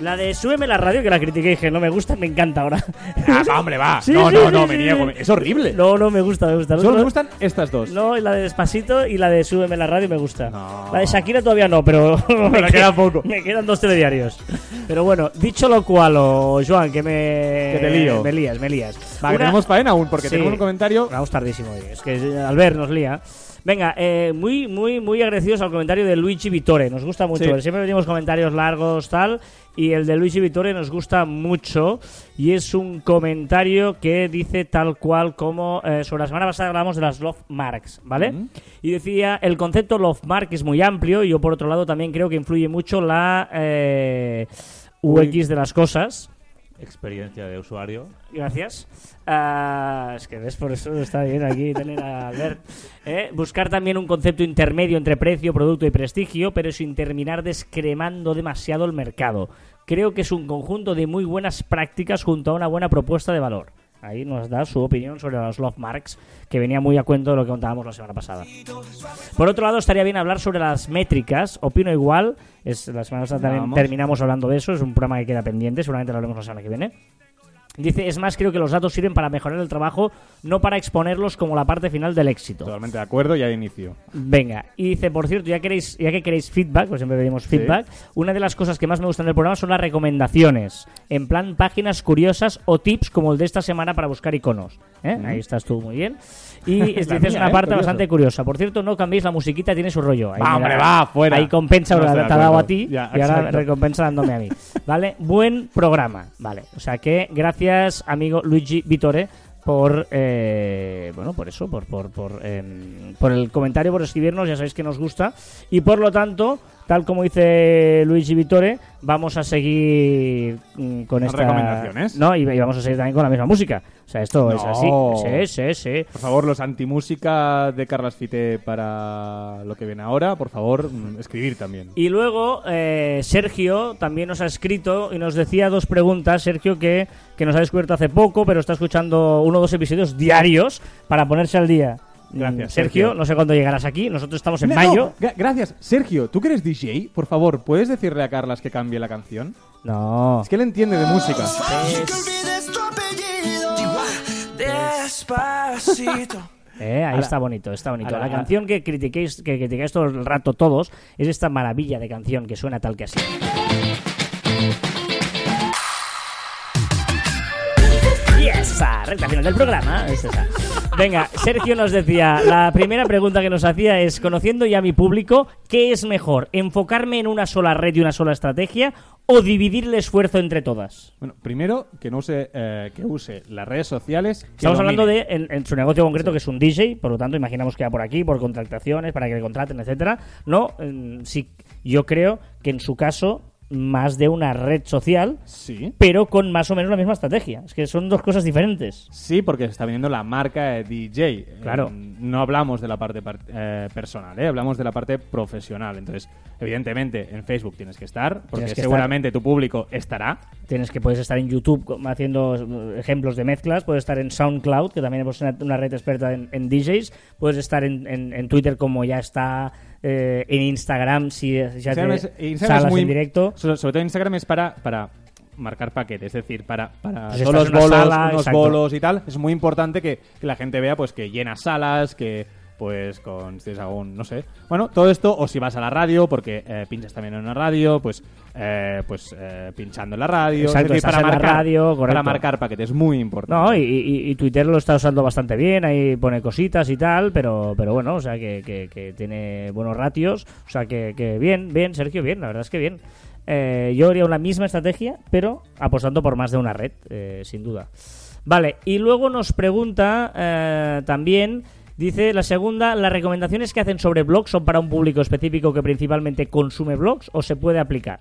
S1: La de súbeme la radio que la critiqué y dije, no me gusta, me encanta ahora. (laughs)
S2: Ah, va, hombre, va.
S1: Sí,
S2: no,
S1: sí,
S2: no,
S1: sí,
S2: no,
S1: sí,
S2: me
S1: sí.
S2: niego. Es horrible.
S1: No, no me gusta, me gusta.
S2: Solo me gustan estas dos.
S1: No, y la de despacito y la de súbeme la radio me gusta.
S2: No.
S1: La de Shakira todavía no, pero (laughs) me
S2: queda poco.
S1: Me quedan dos telediarios. Pero bueno, dicho lo cual, oh, Joan, que me
S2: Que te lío.
S1: me lías, me lías.
S2: Va, que
S1: Una-
S2: tenemos faena aún porque
S1: Sí.
S2: tenemos un comentario.
S1: Vamos tardísimo hoy. Es que eh, Albert nos lía. Venga, eh, muy, muy, muy agradecidos al comentario de Luigi Vittore. Nos gusta mucho.
S2: Sí.
S1: Siempre pedimos comentarios largos, tal. Y el de Luigi Vittore nos gusta mucho. Y es un comentario que dice tal cual como eh, sobre la semana pasada hablamos de las Love Marks, ¿vale? Y decía, el concepto Love Mark es muy amplio. Y yo, por otro lado, también creo que influye mucho la eh, UX de las cosas.
S3: Experiencia de usuario.
S1: Gracias. Ah, es que ves, por eso está bien aquí tener a Albert. (laughs) Eh, Buscar también un concepto intermedio entre precio, producto y prestigio, pero sin terminar descremando demasiado el mercado. Creo que es un conjunto de muy buenas prácticas junto a una buena propuesta de valor. Ahí nos da su opinión sobre los Love Marks, que venía muy a cuento de lo que contábamos la semana pasada. Por otro lado, estaría bien hablar sobre las métricas. Opino igual. Es, la semana pasada también
S2: Vamos.
S1: terminamos hablando de eso. Es un programa que queda pendiente. Seguramente lo haremos la semana que viene. Dice, es más, creo que los datos sirven para mejorar el trabajo, no para exponerlos como la parte final del éxito.
S2: Totalmente de acuerdo, ya de inicio.
S1: Venga, y dice, por cierto, ya, queréis, ya que queréis feedback, pues siempre pedimos feedback, una de las cosas que más me gustan del programa son las recomendaciones, en plan páginas curiosas o tips como el de esta semana para buscar iconos. ¿eh? Ahí estás tú, muy bien. Y es,
S2: (laughs) La
S1: dices
S2: mía,
S1: una
S2: ¿eh?
S1: parte
S2: Curioso.
S1: bastante curiosa. Por cierto, no cambiéis la musiquita, tiene su rollo. Ahí
S2: Va,
S1: me
S2: hombre, va, fuera.
S1: Ahí compensa,
S2: No
S1: ahora
S2: estoy de
S1: te ha dado a
S2: acuerdo.
S1: ti
S2: Ya,
S1: y ahora
S2: exacto.
S1: recompensa dándome a mí. ¿Vale? Buen programa. Vale. O sea que gracias, amigo Luigi Vittore, por eh, bueno por eso por por, por, em, por el comentario por escribirnos ya sabéis que nos gusta y por lo tanto tal como dice Luigi Vittore vamos a seguir mm, con
S2: Las
S1: esta
S2: recomendaciones.
S1: no y, y vamos a seguir también con la misma música o sea esto es
S2: No.
S1: así sí sí sí
S2: Por favor, los antimúsica de Carlas Fite para lo que viene ahora, por favor, mm, escribir también.
S1: Y luego eh, Sergio también nos ha escrito y nos decía dos preguntas, Sergio, que, que nos ha descubierto hace poco, pero está escuchando uno o dos episodios diarios para ponerse al día.
S2: Gracias,
S1: Mm, Sergio.
S2: Sergio.
S1: No sé cuándo llegarás aquí, nosotros estamos en
S2: No,
S1: mayo.
S2: gra- gracias. Sergio, tú que eres DJ, por favor, ¿puedes decirle a Carlas que cambie la canción?
S1: No.
S2: Es que él entiende de música.
S5: Y que olvides tu apellido.
S6: Despacito.
S1: Eh, ahí
S2: Ala.
S1: está bonito, está bonito.
S2: Ala,
S1: La
S2: ala.
S1: canción que critiquéis, que criticáis todo el rato todos es esta maravilla de canción que suena tal que así. Y esa recta final del programa es esa. Venga, Sergio nos decía, la primera pregunta que nos hacía es, conociendo ya mi público, ¿qué es mejor? ¿Enfocarme en una sola red y una sola estrategia o dividir el esfuerzo entre todas?
S2: Bueno, primero, que no use, eh, que use las redes sociales. que
S1: Estamos
S2: domine.
S1: hablando de en, en su negocio concreto, que es un DJ, por lo tanto, imaginamos que va por aquí, por contrataciones, para que le contraten, etcétera. No, em, sí, yo creo que en su caso, más de una red social,
S2: Sí.
S1: pero con más o menos la misma estrategia. Es que son dos cosas diferentes.
S2: Sí, porque se está viniendo la marca de DJ.
S1: Claro.
S2: Eh, no hablamos de la parte par- eh, personal, ¿eh? hablamos de la parte profesional. Entonces, evidentemente, en Facebook tienes que estar, porque
S1: Tienes que
S2: seguramente tu público estará.
S1: Tienes que puedes estar en YouTube com- haciendo eh, ejemplos de mezclas, puedes estar en SoundCloud, que también es una, una red experta en, en DJs, puedes estar en, en- en Twitter como ya está, eh, en Instagram si, si hace
S2: Instagram es- Instagram es
S1: salas
S2: muy-
S1: en directo.
S2: so- Sobre, todo Instagram es para, para marcar paquetes, es decir, para, para
S1: Pues estás
S2: todos los
S1: en una
S2: bolos,
S1: sala,
S2: unos
S1: exacto.
S2: bolos y tal. Es muy importante que, que la gente vea pues que llena salas, que pues con si tienes algún, no sé. Bueno, todo esto, o si vas a la radio, porque eh, pinchas también en una radio, pues eh, pues eh, pinchando en la radio.
S1: Exacto,
S2: es decir,
S1: estás
S2: para
S1: en la
S2: marcar,
S1: radio,
S2: para
S1: correcto.
S2: marcar paquetes, muy importante.
S1: No, y, y- y Twitter lo está usando bastante bien, ahí pone cositas y tal, pero, pero bueno, o sea que, que- que tiene buenos ratios, o sea que, que bien, bien, Sergio, bien, la verdad es que bien. Eh, yo haría una misma estrategia, pero apostando por más de una red, eh, sin duda. Vale, y luego nos pregunta eh, también, dice la segunda, ¿las recomendaciones que hacen sobre blogs son para un público específico que principalmente consume blogs o se puede aplicar?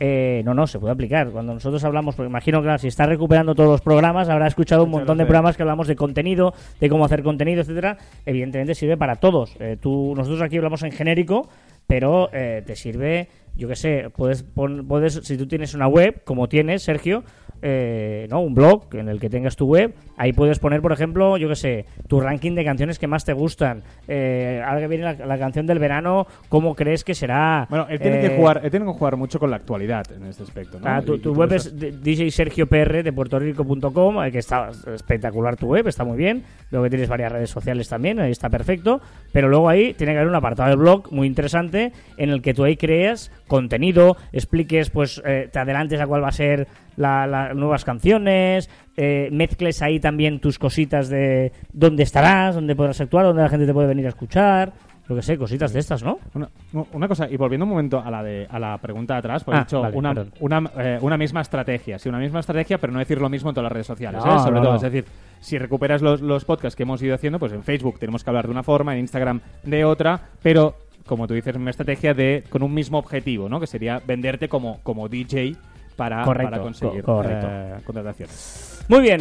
S1: Eh, no, no, se puede aplicar. Cuando nosotros hablamos, porque imagino que claro, si está recuperando todos los programas, habrá escuchado un
S2: Muchas
S1: montón de
S2: gracias.
S1: programas que hablamos de contenido, de cómo hacer contenido, etcétera. Evidentemente sirve para todos. Eh, tú, nosotros aquí hablamos en genérico, pero eh, te sirve, yo qué sé, puedes, pon- puedes, si tú tienes una web, como tienes, Sergio, eh, ¿no? un blog en el que tengas tu web, ahí puedes poner, por ejemplo, yo qué sé, tu ranking de canciones que más te gustan. Eh, ahora que viene la, la canción del verano, ¿cómo crees que será?
S2: Bueno, él tiene, que
S1: Eh,
S2: jugar, él tiene que jugar mucho con la actualidad en este aspecto. ¿no?
S1: Ah, tu,
S2: Y- y
S1: tu
S2: todo
S1: web
S2: eso.
S1: es de- djsergiopr de puertorico.com, eh, que está espectacular tu web, está muy bien. Luego que tienes varias redes sociales también, ahí está perfecto. Pero luego ahí tiene que haber un apartado de blog muy interesante en el que tú ahí creas contenido, expliques, pues eh, te adelantes a cuál va a ser las nuevas canciones, eh, mezcles ahí también tus cositas de dónde estarás, dónde podrás actuar, dónde la gente te puede venir a escuchar, lo que sé, cositas de estas, ¿no?
S2: Una, una cosa, y volviendo un momento a la, de, a la pregunta de atrás, porque
S1: Ah,
S2: he dicho
S1: vale,
S2: una,
S1: perdón.
S2: una, eh, una misma estrategia, sí, una misma estrategia, pero no decir lo mismo en todas las redes sociales,
S1: No,
S2: ¿eh? sobre
S1: no,
S2: todo.
S1: no.
S2: Es decir, si recuperas los, los podcasts que hemos ido haciendo, pues en Facebook tenemos que hablar de una forma, en Instagram de otra, pero como tú dices, una estrategia de con un mismo objetivo, ¿no? que sería venderte como, como DJ para,
S1: Correcto,
S2: para conseguir
S1: co- correcto.
S2: eh, contrataciones.
S1: Muy bien.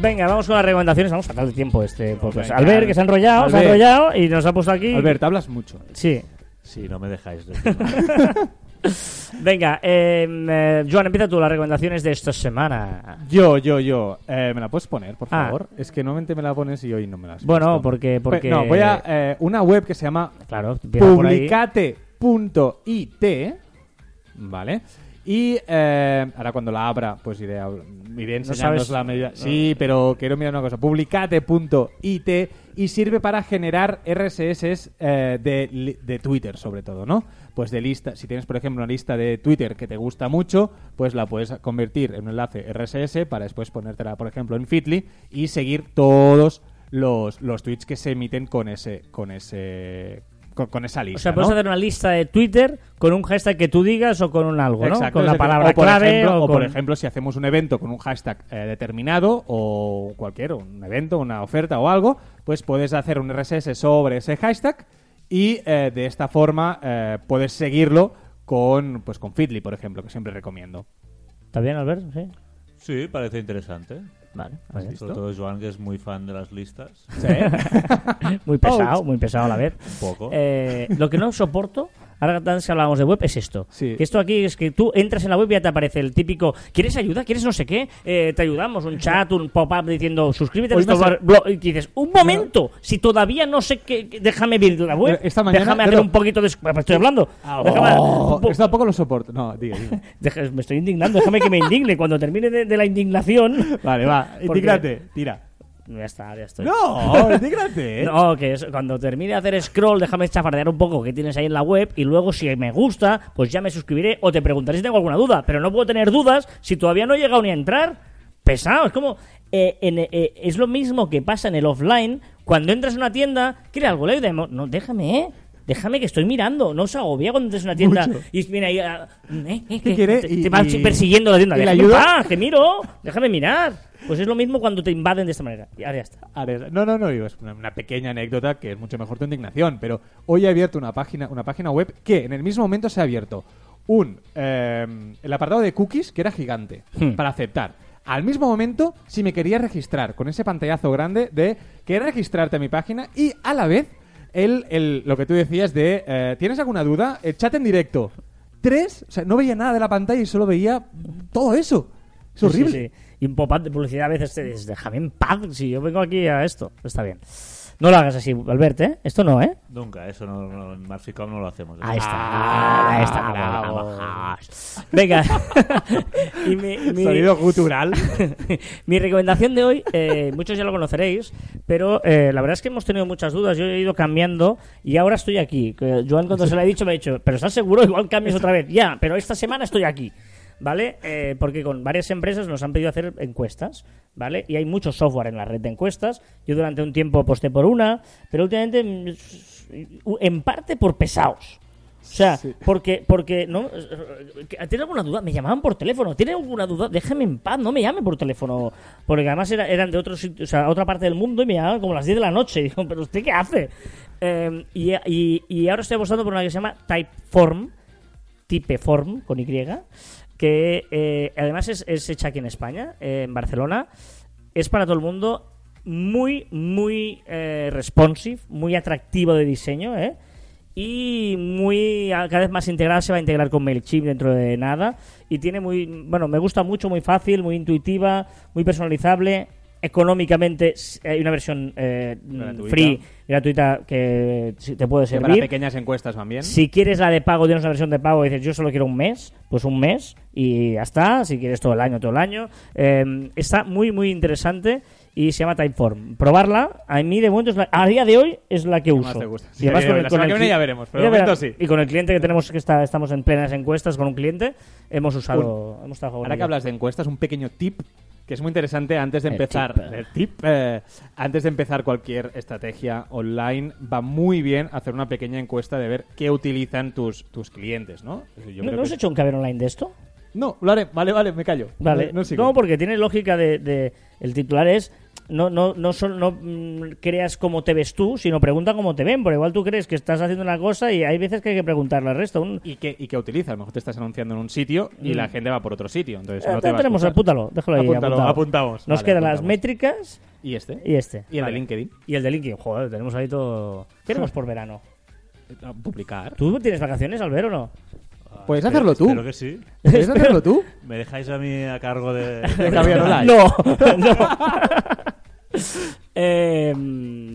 S1: Venga, vamos con las recomendaciones. Vamos fatal de tiempo este podcast.
S2: venga.
S1: Albert, que se ha enrollado, se ha
S2: Albert.
S1: enrollado y nos ha puesto aquí.
S2: Albert, hablas mucho.
S1: Sí.
S3: Sí, no me dejáis. decir.
S1: Venga, eh, eh, Joan, empieza tú las recomendaciones de esta semana.
S2: Yo, yo, yo. Eh, ¿Me la puedes poner, por
S1: Ah.
S2: favor? Es que normalmente me la pones y hoy no me la has
S1: Bueno,
S2: puesto.
S1: porque-
S2: Pe-
S1: porque-
S2: No, voy a eh, una web que se llama
S1: Claro, empieza por ahí.
S2: publicate.it, ¿vale? Y eh, ahora cuando la abra, pues iré, a- iré enseñándoos
S1: sabes-
S2: la medida. Sí, pero quiero mirar una cosa. Publicate.it y sirve para generar RSS eh, de, li- de Twitter, sobre todo, ¿no? Pues de lista, si tienes, por ejemplo, una lista de Twitter que te gusta mucho, pues la puedes convertir en un enlace RSS para después ponértela, por ejemplo, en Fitly y seguir todos los, los tweets que se emiten con ese con ese con, con esa lista.
S1: O sea,
S2: ¿no?
S1: puedes hacer una lista de Twitter con un hashtag que tú digas o con un algo, ¿no?
S2: Exacto,
S1: con la
S2: exacto.
S1: palabra
S2: o por
S1: clave
S2: Ejemplo, o
S1: con-
S2: por ejemplo, si hacemos un evento con un hashtag eh, determinado o cualquier, un evento, una oferta o algo, pues puedes hacer un RSS sobre ese hashtag y eh, de esta forma eh, puedes seguirlo con, pues, con Fitly, por ejemplo, que siempre recomiendo.
S1: ¿Está bien, Albert? Sí.
S3: (laughs) Sí, parece interesante.
S1: Vale.
S2: ¿Has
S3: Sobre
S2: visto?
S3: todo Joan, que es muy fan de las listas.
S1: (laughs) Muy pesado, muy pesado a la vez.
S3: Un poco.
S1: Eh, lo que no soporto, ahora tan si hablábamos de web, es esto.
S2: Sí.
S1: Que esto aquí es que tú entras en la web y ya te aparece el típico ¿Quieres ayuda? ¿Quieres no sé qué? Eh, te ayudamos, un chat, un pop-up diciendo suscríbete a
S2: Hoy
S1: nuestro
S2: me ha sal-
S1: blog. Y dices, un momento, si todavía no sé qué, qué- déjame ver la web,
S2: Pero esta mañana-
S1: déjame hacer
S2: pero-
S1: un poquito de... pues Estoy hablando. Déjame-
S2: Oh,
S1: po-
S2: esto tampoco lo soporto. No, diga, diga.
S1: deja- me estoy indignando, déjame que me indigne. Cuando termine de, de la indignación...
S2: (laughs) Vale, va,
S1: Porque-
S2: indígrate, tira.
S1: Ya está, ya estoy.
S2: No, indígrate. ¿eh?
S1: No, que es- cuando termine de hacer scroll, déjame chafardear un poco que tienes ahí en la web y luego si me gusta, pues ya me suscribiré o te preguntaré si tengo alguna duda. Pero no puedo tener dudas si todavía no he llegado ni a entrar. Pesado, es como... eh, en- eh, es lo mismo que pasa en el offline. Cuando entras a una tienda, ¿quieres algo? Le digo, no, déjame, ¿eh? Déjame que estoy mirando. No os agobia cuando entras a una tienda
S2: Mucho.
S1: y mira ahí... ah, eh, eh,
S2: ¿Qué
S1: que
S2: quiere?
S1: Te,
S2: Y-
S1: te vas
S2: y-
S1: persiguiendo la tienda.
S2: ¿y la
S1: Déjame,
S2: ayuda?
S1: pa, que miro. Déjame mirar. Pues es lo mismo cuando te invaden de esta manera. Y ahora ya está.
S2: Ares- No, no, no, digo, es una, una pequeña anécdota que es mucho mejor tu indignación, pero hoy he abierto una página, una página web que en el mismo momento se ha abierto un eh, el apartado de cookies que era gigante
S1: Hmm.
S2: para aceptar. Al mismo momento, si me quería registrar con ese pantallazo grande de querer registrarte a mi página y a la vez el, el- lo que tú decías de eh, ¿tienes alguna duda? El chat en directo. Tres, o sea, no veía nada de la pantalla y solo veía todo eso. Es
S1: Sí,
S2: horrible.
S1: sí, sí. Y un pop-up de publicidad a veces te dices, déjame en paz, si yo vengo aquí a esto. Está bien. No lo hagas así, Albert, ¿eh? Esto no, ¿eh?
S3: Nunca, eso no, no- en Marficom no lo hacemos.
S1: Ahí está.
S2: Ah,
S1: ahí está.
S2: bravo.
S1: vamos. Venga. (laughs) y mi, mi-
S2: Sonido gutural.
S1: (laughs) mi recomendación de hoy, eh, muchos ya lo conoceréis, pero eh, la verdad es que hemos tenido muchas dudas. Yo he ido cambiando y ahora estoy aquí. Que Joan, cuando se lo he dicho, me ha dicho, pero ¿estás seguro? Igual cambias otra vez. Ya, pero esta semana estoy aquí. ¿Vale? Eh, porque con varias empresas nos han pedido hacer encuestas, ¿vale? Y hay mucho software en la red de encuestas. Yo durante un tiempo aposté por una, pero últimamente mm, en parte por pesados. O sea, porque, porque no, Eh, ¿tiene alguna duda? Me llamaban por teléfono. ¿Tiene alguna duda? Déjame en paz, no me llame por teléfono. Porque además era- eran de otro sitio, o sea, otra parte del mundo y me llamaban como a las 10 de la noche. (laughs) Y digo, ¿pero usted qué hace? Eh, y, y- y ahora estoy apostando por una que se llama Typeform, Typeform con Y, que eh, además es, es hecha aquí en España, eh, en Barcelona. Es para todo el mundo muy, muy eh, responsive, muy atractivo de diseño, ¿eh? y muy a- cada vez más integrada se va a integrar con Mailchimp dentro de nada y tiene muy bueno me gusta mucho muy fácil muy intuitiva muy personalizable económicamente s- hay una versión eh,
S2: Gratuita.
S1: free gratuita que si- te puede
S2: Que para
S1: servir
S2: pequeñas encuestas van bien.
S1: ¿Eh? si quieres la de pago, tienes una versión de pago y dices, yo solo quiero un mes, pues un mes y ya está. Si quieres todo el año, todo el año. Eh, está muy, muy interesante y se llama Typeform. Probarla, a mí de momento, es la- a día de hoy es la que
S2: más
S1: uso.
S2: te gusta.
S1: Y además
S2: Sí,
S1: con el-
S2: la
S1: con
S2: semana
S1: el
S2: que viene
S1: cli-
S2: ya veremos, pero de
S1: Ya
S2: momento
S1: veremos.
S2: sí.
S1: Y con el cliente que tenemos, que está, estamos en plenas encuestas con un cliente, hemos usado... hemos trabajado con
S2: Ahora que
S1: ello.
S2: hablas de encuestas, un pequeño tip que es muy interesante antes de
S1: El
S2: empezar.
S1: tip.
S2: El tip. eh, antes de empezar cualquier estrategia online, va muy bien hacer una pequeña encuesta de ver qué utilizan tus, tus clientes, ¿no?
S1: ¿No,
S2: Yo creo
S1: no
S2: que
S1: has
S2: es-
S1: hecho un caber online de esto?
S2: No, lo haré. Vale, vale, me callo.
S1: Vale.
S2: No,
S1: No,
S2: no sigo.
S1: porque tiene lógica de, de- el titular es no no no solo no mm, creas cómo te ves tú, sino pregunta cómo te ven, porque igual tú crees que estás haciendo una cosa y hay veces que hay que preguntarle al resto. Un-
S2: ¿Y qué, ¿Y qué utiliza? A lo mejor te estás anunciando en un sitio y la gente va por otro sitio. Entonces,
S1: Mm. Eh,
S2: no te va a
S1: tenemos,
S2: escuchar.
S1: apúntalo, déjalo ahí.
S2: Apúntalo,
S1: apuntado.
S2: apuntamos.
S1: Nos
S2: Vale,
S1: quedan las
S2: apuntamos.
S1: métricas
S2: ¿Y este?
S1: y este.
S2: Y el de
S1: Vale.
S2: LinkedIn.
S1: Y el de LinkedIn, joder, tenemos ahí todo. ¿Qué tenemos por verano?
S3: Eh,
S2: Ah, Publicar.
S1: ¿Tú tienes vacaciones, Albert, o no?
S2: Ah, Puedes hacerlo tú.
S3: Espero que sí.
S2: ¿Puedes hacerlo tú?
S3: (laughs) ¿Me dejáis a mí a
S2: (laughs)
S3: cargo de...?
S1: (laughs)
S2: Javier Olay.
S1: No, no. (laughs) Eh,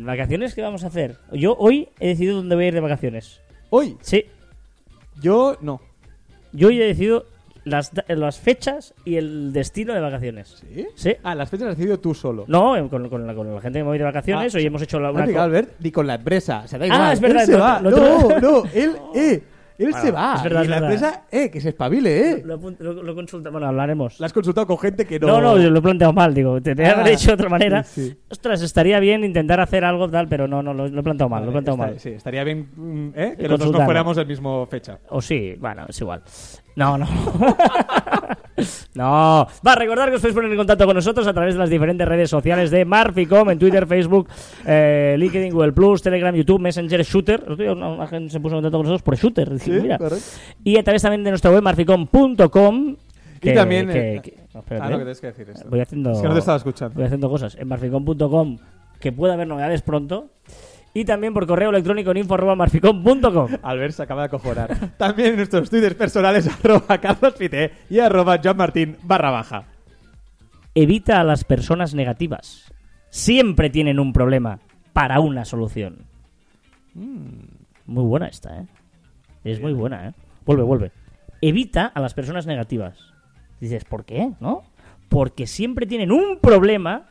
S1: ¿Vacaciones qué vamos a hacer? Yo hoy he decidido dónde voy a ir de vacaciones.
S2: Hoy.
S1: Sí,
S2: Yo no.
S1: Yo hoy he decidido las, da- las fechas y el destino de vacaciones.
S2: ¿Sí?
S1: Sí.
S2: Ah, las fechas las has decidido tú solo.
S1: No, eh, con, con la, con la gente que me voy de vacaciones,
S2: Ah,
S1: hoy hemos hecho la,
S2: No
S1: una
S2: te digo,
S1: co-
S2: Albert, ni con la empresa. O sea, da
S1: Ah,
S2: igual.
S1: es verdad,
S2: Él se
S1: no te-
S2: va.
S1: no
S2: No,
S1: te-
S2: no,
S1: (laughs)
S2: él, eh, él se va.
S1: Oh. es verdad,
S2: y
S1: es
S2: la
S1: verdad.
S2: empresa, eh, que se espabile, eh.
S1: Lo, he apunt- lo- lo he consultado. Bueno, hablaremos.
S2: La has consultado con gente que no.
S1: No, no, yo lo he planteado mal, digo. Te
S2: Ah,
S1: haber dicho de otra manera.
S2: sí, sí.
S1: Ostras, estaría bien intentar hacer algo tal, pero no, no, lo, lo he planteado mal, lo he
S2: Vale,
S1: planteado
S2: está-
S1: mal.
S2: Sí, estaría bien mm, eh, que nosotros
S1: Consultarlo.
S2: no fuéramos el mismo fecha.
S1: O sí, bueno, es igual. No, (laughs) no. no. Va, recordar que os podéis poner en contacto con nosotros a través de las diferentes redes sociales de Marficom, en Twitter, Facebook, eh, LinkedIn, Google Plus, Telegram, YouTube, Messenger, Shooter. El otro día una, una gente se puso en contacto con nosotros por Shooter. Dije,
S2: Sí,
S1: mira.
S2: correcto.
S1: Y a través también de nuestra web marficom.com.
S2: Y también,
S1: que-
S2: eh,
S1: que- no, espérate,
S2: Ah, no, que tienes que decir esto.
S1: voy haciendo.
S2: Es que no te estaba escuchando.
S1: Voy haciendo cosas. En marficom.com, que pueda haber novedades pronto. Y también por correo electrónico en info.marficom.com.
S2: Albert se acaba de acojonar. (laughs) También en nuestros twitters personales, (laughs) arroba carlospite y arroba johnmartin barra baja.
S1: evita a las personas negativas. Siempre tienen un problema para una solución. Muy buena esta, ¿eh? Es muy buena, ¿eh? Vuelve, vuelve. Evita a las personas negativas. Dices, ¿por qué? ¿No? Porque siempre tienen un problema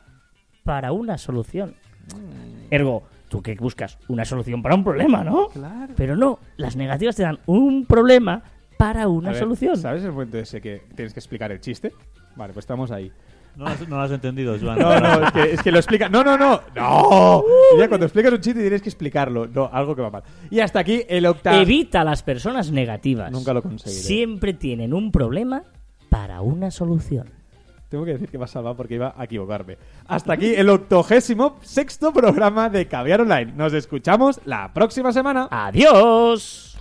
S1: para una solución.
S2: Mm.
S1: Ergo, tú que buscas una solución para un problema, ¿no?
S2: Claro.
S1: Pero no, las negativas te dan un problema para una
S2: A ver,
S1: solución.
S2: ¿Sabes el momento ese que tienes que explicar el chiste? Vale, pues estamos ahí.
S3: No, lo has- no lo has entendido, Joan.
S2: No, no, es que, es que lo explica. No, no, no. No. Ya cuando explicas un chiste tienes que explicarlo. No, algo que va mal. Y hasta aquí el octavo.
S1: Evita a las personas negativas.
S2: Nunca lo conseguiré.
S1: Siempre tienen un problema para una solución.
S2: Tengo que decir que va salvado porque iba a equivocarme. Hasta aquí el octogésimo sexto programa de Caviar Online. Nos escuchamos la próxima semana.
S1: Ah, ¡Adiós!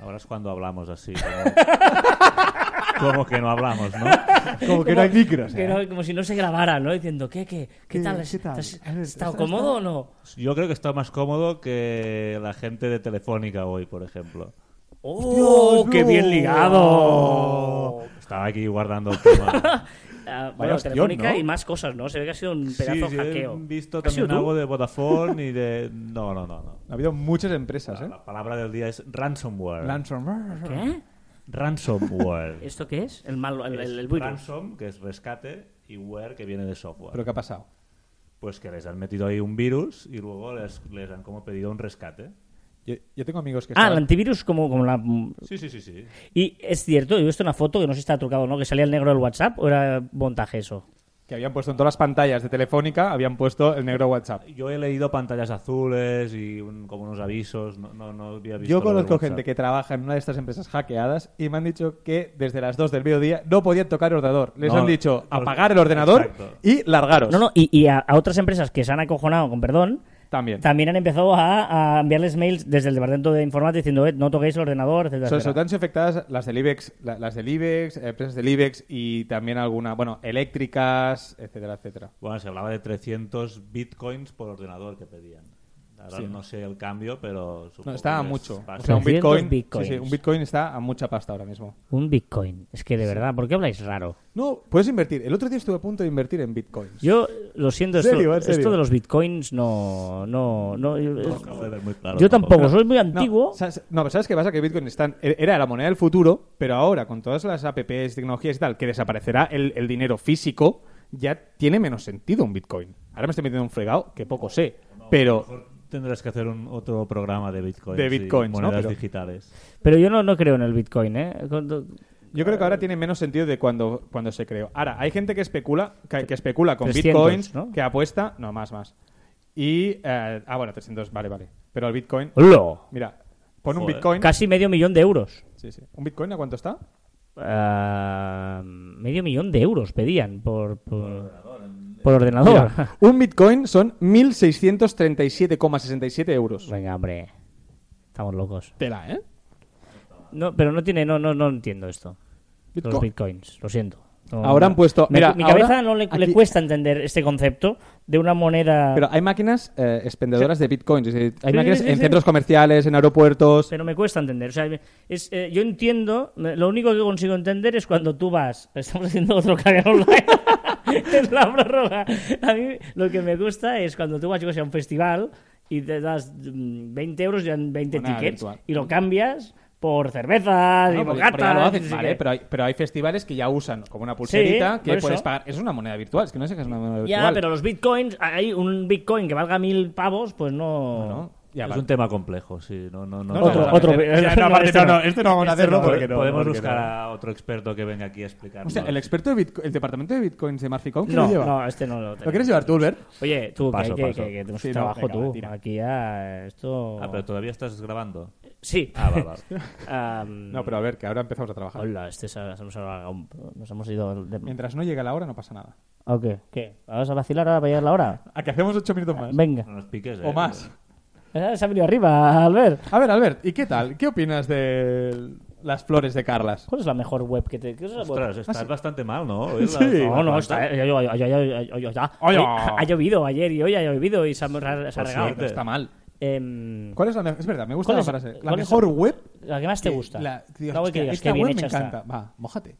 S3: Ahora es cuando hablamos así. Como, como que no hablamos, ¿no?
S2: Como que no hay micros.
S1: Que
S2: ¿eh?
S1: no- como si no se grabara, ¿no? Diciendo, ¿qué, qué, qué,
S2: ¿Qué-
S1: tal? ¿Has-
S2: qué tal?
S1: ¿Has,
S2: A ver,
S1: has estado
S2: ¿estás-
S1: cómodo o no?
S3: Yo creo que está más cómodo que la gente de Telefónica hoy, por ejemplo.
S1: ¡Oh,
S2: Dios,
S1: qué
S2: no. Ah,
S1: bien ligado!
S3: Estaba aquí guardando el tema.
S1: Ah, bueno,
S2: Vaya hostión,
S1: telefónica
S2: ¿no?
S1: y más cosas, ¿no? Se ve que ha sido un (laughs) pedazo
S3: sí,
S1: hackeo.
S3: he visto
S1: ¿Has sido
S3: también algo
S1: tú?
S3: de Vodafone y de... No, no, no. no.
S2: Ha habido muchas
S1: ¿Ah,
S2: empresas, ¿eh?
S3: La palabra del día es ransomware.
S2: Ransomware.
S1: ¿Qué?
S3: ransomware.
S1: ¿Esto qué (laughs) es? El mal, el,
S3: Es
S1: el- el virus.
S3: ransom, que es rescate, y ware, que viene de software.
S2: ¿Pero qué ha pasado?
S3: Pues que les han metido ahí un virus y luego les, les han como pedido un rescate.
S2: Yo, yo tengo amigos que
S1: Ah, el
S2: estaban-
S1: antivirus como, como la...
S3: Sí, sí, sí, sí.
S1: Y es cierto, yo he visto una foto que no sé si está trucado no, que salía el negro del WhatsApp o era montaje eso.
S2: que habían puesto en todas las pantallas de Telefónica, habían puesto el negro WhatsApp.
S3: Yo he leído pantallas azules y un- como unos avisos. No, no, no había visto.
S2: Yo
S3: lo del
S2: conozco
S3: WhatsApp.
S2: gente que trabaja en una de estas empresas hackeadas y me han dicho que desde las 2 del mediodía no podían tocar el ordenador. Les
S3: No,
S2: han dicho
S3: los-
S2: apagar el ordenador
S3: exacto.
S2: y largaros.
S1: No, no, y, y a, a otras empresas que se han acojonado, con perdón,
S2: También.
S1: también han empezado a, a enviarles mails desde el departamento de informática diciendo, "Eh, no toquéis el ordenador, etcétera,
S2: Sobre, sobre
S1: etcétera.
S2: todo han sido afectadas las del IBEX, la- las del IBEX, eh, empresas del IBEX y también alguna, bueno, eléctricas, etcétera, etcétera.
S3: Bueno, se hablaba de 300 bitcoins por ordenador que pedían. Ahora
S2: Sí.
S3: no sé el cambio, pero supongo
S2: No, está a
S3: que es
S2: mucho. O
S3: bastante.
S2: sea, un
S1: 300
S2: Bitcoin,
S1: bitcoins.
S2: sí, sí, un Bitcoin está a mucha pasta ahora mismo.
S1: Un Bitcoin. Es que de verdad, ¿por qué habláis raro?
S2: No, puedes invertir. El otro día estuve a punto de invertir en Bitcoins.
S1: Yo, lo siento,
S2: ¿En
S1: esto,
S2: serio? ¿En serio?
S1: esto de los Bitcoins no... no, no yo- es-
S3: acabo de ver muy claro
S1: yo
S3: tampoco.
S1: tampoco, soy muy
S2: No,
S1: antiguo.
S2: ¿sabes? No, pero ¿sabes qué pasa? Que Bitcoin están, era la moneda del futuro, pero ahora con todas las apps, tecnologías y tal, que desaparecerá el, el dinero físico, ya tiene menos sentido un Bitcoin. Ahora me estoy metiendo en un fregado que poco sé, pero...
S3: Mejor tendrás que hacer un otro programa de bitcoins.
S2: De
S3: y
S2: bitcoins, ¿no?
S3: monedas
S2: Pero-
S3: digitales.
S1: Pero yo no, no creo en el Bitcoin, ¿eh? Cuando-
S2: Yo creo que ahora tiene menos sentido de cuando, cuando se creó. Ahora, hay gente que especula, que, que especula con
S1: 300,
S2: bitcoins,
S1: ¿no?
S2: que apuesta, no, más, más. Y, eh, ah, bueno, 300, vale, vale. Pero el bitcoin,
S1: ¡Hola!
S2: mira, pon un
S3: Joder.
S2: bitcoin.
S1: Casi medio millón de euros.
S2: Sí, sí. ¿Un bitcoin a cuánto está?
S1: Ah, medio millón de euros pedían por, por, por ordenador.
S2: Mira, un bitcoin son 1.637,67 euros.
S1: Venga, hombre. Estamos locos.
S2: Tela, ¿eh?
S1: No, pero no tiene, no, no, no entiendo esto. Los
S2: Bitcoin.
S1: bitcoins, lo siento. No,
S2: Ahora
S1: no.
S2: han puesto-
S1: Me-
S2: mira,
S1: mi
S2: ahora
S1: cabeza no le, le
S2: aquí-
S1: cuesta entender este concepto de una moneda.
S2: Pero hay máquinas eh, expendedoras de bitcoins. es decir, Hay
S1: Sí,
S2: máquinas
S1: sí, sí,
S2: en
S1: sí.
S2: centros comerciales, en aeropuertos.
S1: pero me cuesta entender. O sea, es, eh, yo entiendo, me- lo único que consigo entender es cuando tú vas. Estamos haciendo otro cagar online. (laughs) en la prórroga. A mí lo que me gusta es cuando tú vas yo que sé, a un festival y te das mm, 20 euros y dan 20
S2: Moneda
S1: tickets
S2: virtual.
S1: y lo cambias por cervezas y
S2: No, porque- porque
S1: bocatas.
S2: ya lo
S1: no
S2: haces,
S1: sé
S2: vale,
S1: qué.
S2: pero hay, pero hay festivales que ya usan como una pulserita que
S1: por
S2: puedes
S1: eso.
S2: pagar. Es una moneda virtual, es que no sé qué es una moneda virtual.
S1: Ya, pero los bitcoins, hay un bitcoin que valga mil pavos, pues no.
S2: ¿no? Ya
S3: es
S2: vale.
S3: un tema complejo, sí. No, no, no,
S2: No,
S1: Otro,
S2: no,
S1: otro.
S2: no,
S1: eh,
S2: no, aparte,
S1: este
S2: no,
S1: no.
S2: no, este no vamos a
S1: Este
S2: hacerlo
S1: no.
S2: porque no.
S3: Podemos
S2: porque
S3: buscar
S2: no.
S3: a otro experto que venga aquí a explicarnos.
S2: O sea, el experto de Bitco- el departamento de bitcoins de Marficom, ¿quién
S1: No,
S2: lo lleva?
S1: no, este no lo tenemos.
S2: ¿Lo quieres llevar tú, Albert?
S1: Oye, tú, que
S3: Paso,
S1: hay que,
S3: paso.
S1: que- que tenemos
S2: Sí,
S1: un
S2: no,
S1: trabajo
S2: venga, va,
S1: tú.
S2: tira.
S1: Aquí ya, esto.
S3: Ah, pero todavía
S2: (laughs)
S3: estás grabando.
S1: Sí.
S3: Ah, va,
S1: (laughs)
S3: va.
S1: Am,
S2: No, pero a ver, que ahora empezamos a trabajar.
S1: Hola, este se- se nos, ha- nos hemos ido. De...
S2: Mientras no llegue la hora, no pasa nada.
S1: ¿O qué? ¿Qué? ¿Vas a vacilar ahora para llegar la hora?
S2: ¿A que hacemos ocho minutos más?
S1: Venga.
S3: No nos piques,
S2: O
S3: eh.
S2: más.
S1: Ah, Se ha venido arriba, Albert.
S2: A ver, Albert, ¿y qué tal? ¿Qué opinas de las flores de Carlas?
S1: ¿Cuál es la mejor web que te.? ¿Qué es la web?
S3: Ostras, estás bastante
S2: (laughs)
S3: mal, ¿no? Hoy
S2: Ah, Sí.
S3: la- la
S1: No, no,
S3: planta-
S2: eh.
S1: está, ya- ya- ya- ya- ya- ya- ya-
S2: Oye. Pues
S1: ha llovido ayer y hoy ha llovido y se ha, se ha
S3: Por
S1: regado.
S3: suerte.
S2: Está mal.
S1: Em,
S2: ¿Cuál es la mejor? Es verdad, me gusta
S1: ¿Cuál
S2: la
S1: es-
S2: frase. La
S1: cuál es-
S2: mejor web.
S1: ¿La que más te
S2: que-
S1: gusta?
S2: la- que digas,
S1: La web que
S2: "Hostia,
S1: digas,
S2: esta
S1: "Qué bien
S2: web me
S1: hecha está".
S2: encanta. Va, mojate.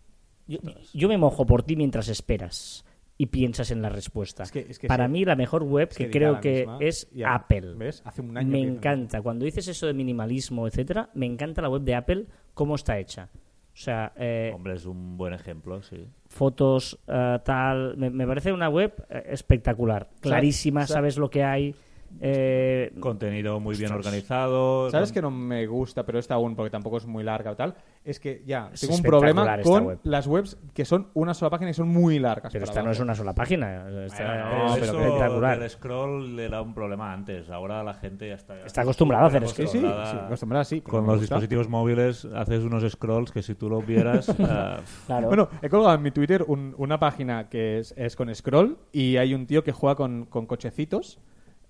S1: Yo, yo me mojo por ti mientras esperas y piensas en la respuesta.
S2: Es que- es que
S1: Para
S2: sí.
S1: mí la mejor web
S2: Es
S1: que,
S2: que diga
S1: creo
S2: la
S1: que
S2: misma.
S1: es
S2: Ya,
S1: Apple.
S2: ¿ves? Hace un año
S1: me
S2: que no.
S1: encanta. Cuando dices eso de minimalismo, etcétera, me encanta la web de Apple cómo está hecha. O sea, eh,
S3: Hombre, es un buen ejemplo, sí.
S1: fotos, eh, tal. Me, me parece una web eh, espectacular, clarísima,
S2: sa-
S1: sabes lo que hay. eh,
S3: Contenido muy bien organizado.
S2: ¿Sabes
S3: con-
S2: que no me gusta, pero esta aún, porque tampoco es muy larga o tal? Es que ya,
S1: Es
S2: tengo un
S1: espectacular
S2: problema
S1: esta
S2: con
S1: web.
S2: las webs que son una sola página y son muy largas.
S1: pero
S2: para
S1: esta no es
S2: abajo.
S1: una sola página. Esta
S3: Bueno,
S1: es
S2: pero
S3: eso
S1: espectacular.
S3: del scroll era un problema antes. Ahora la gente ya está.
S1: Está acostumbrada a hacer
S3: Está
S1: scroll.
S2: Sí, sí,
S3: acostumbrada-
S2: sí, acostumbrada, sí, pero
S3: Con
S2: me
S3: los
S2: gusta.
S3: dispositivos móviles haces unos scrolls que si tú lo vieras. (laughs) eh,
S1: Claro.
S2: Bueno, he colgado en mi Twitter un- una página que es, es con scroll y hay un tío que juega con, con cochecitos.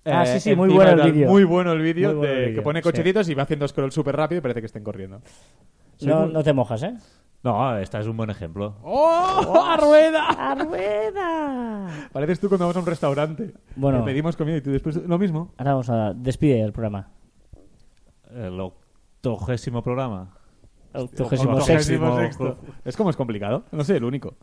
S2: Eh,
S1: Ah, sí, sí, muy
S2: encima
S1: bueno el
S2: del-
S1: vídeo.
S2: Muy bueno el vídeo,
S1: Muy bueno
S2: de-
S1: el vídeo,
S2: que pone
S1: sí.
S2: cochecitos y va haciendo scroll súper rápido y parece que estén corriendo. Soy
S1: no,
S2: muy-
S1: no te mojas, ¿eh?
S3: no, esta es un buen ejemplo.
S2: ¡Oh!
S1: (laughs)
S2: ¡A rueda!
S1: rueda!
S2: Pareces tú cuando vamos a un restaurante.
S1: Bueno.
S2: Que pedimos comida y tú después lo mismo.
S1: Ahora vamos a... Despide el programa.
S3: El octogésimo programa.
S1: El octogésimo sexto.
S2: Es como es complicado. No sé, el único.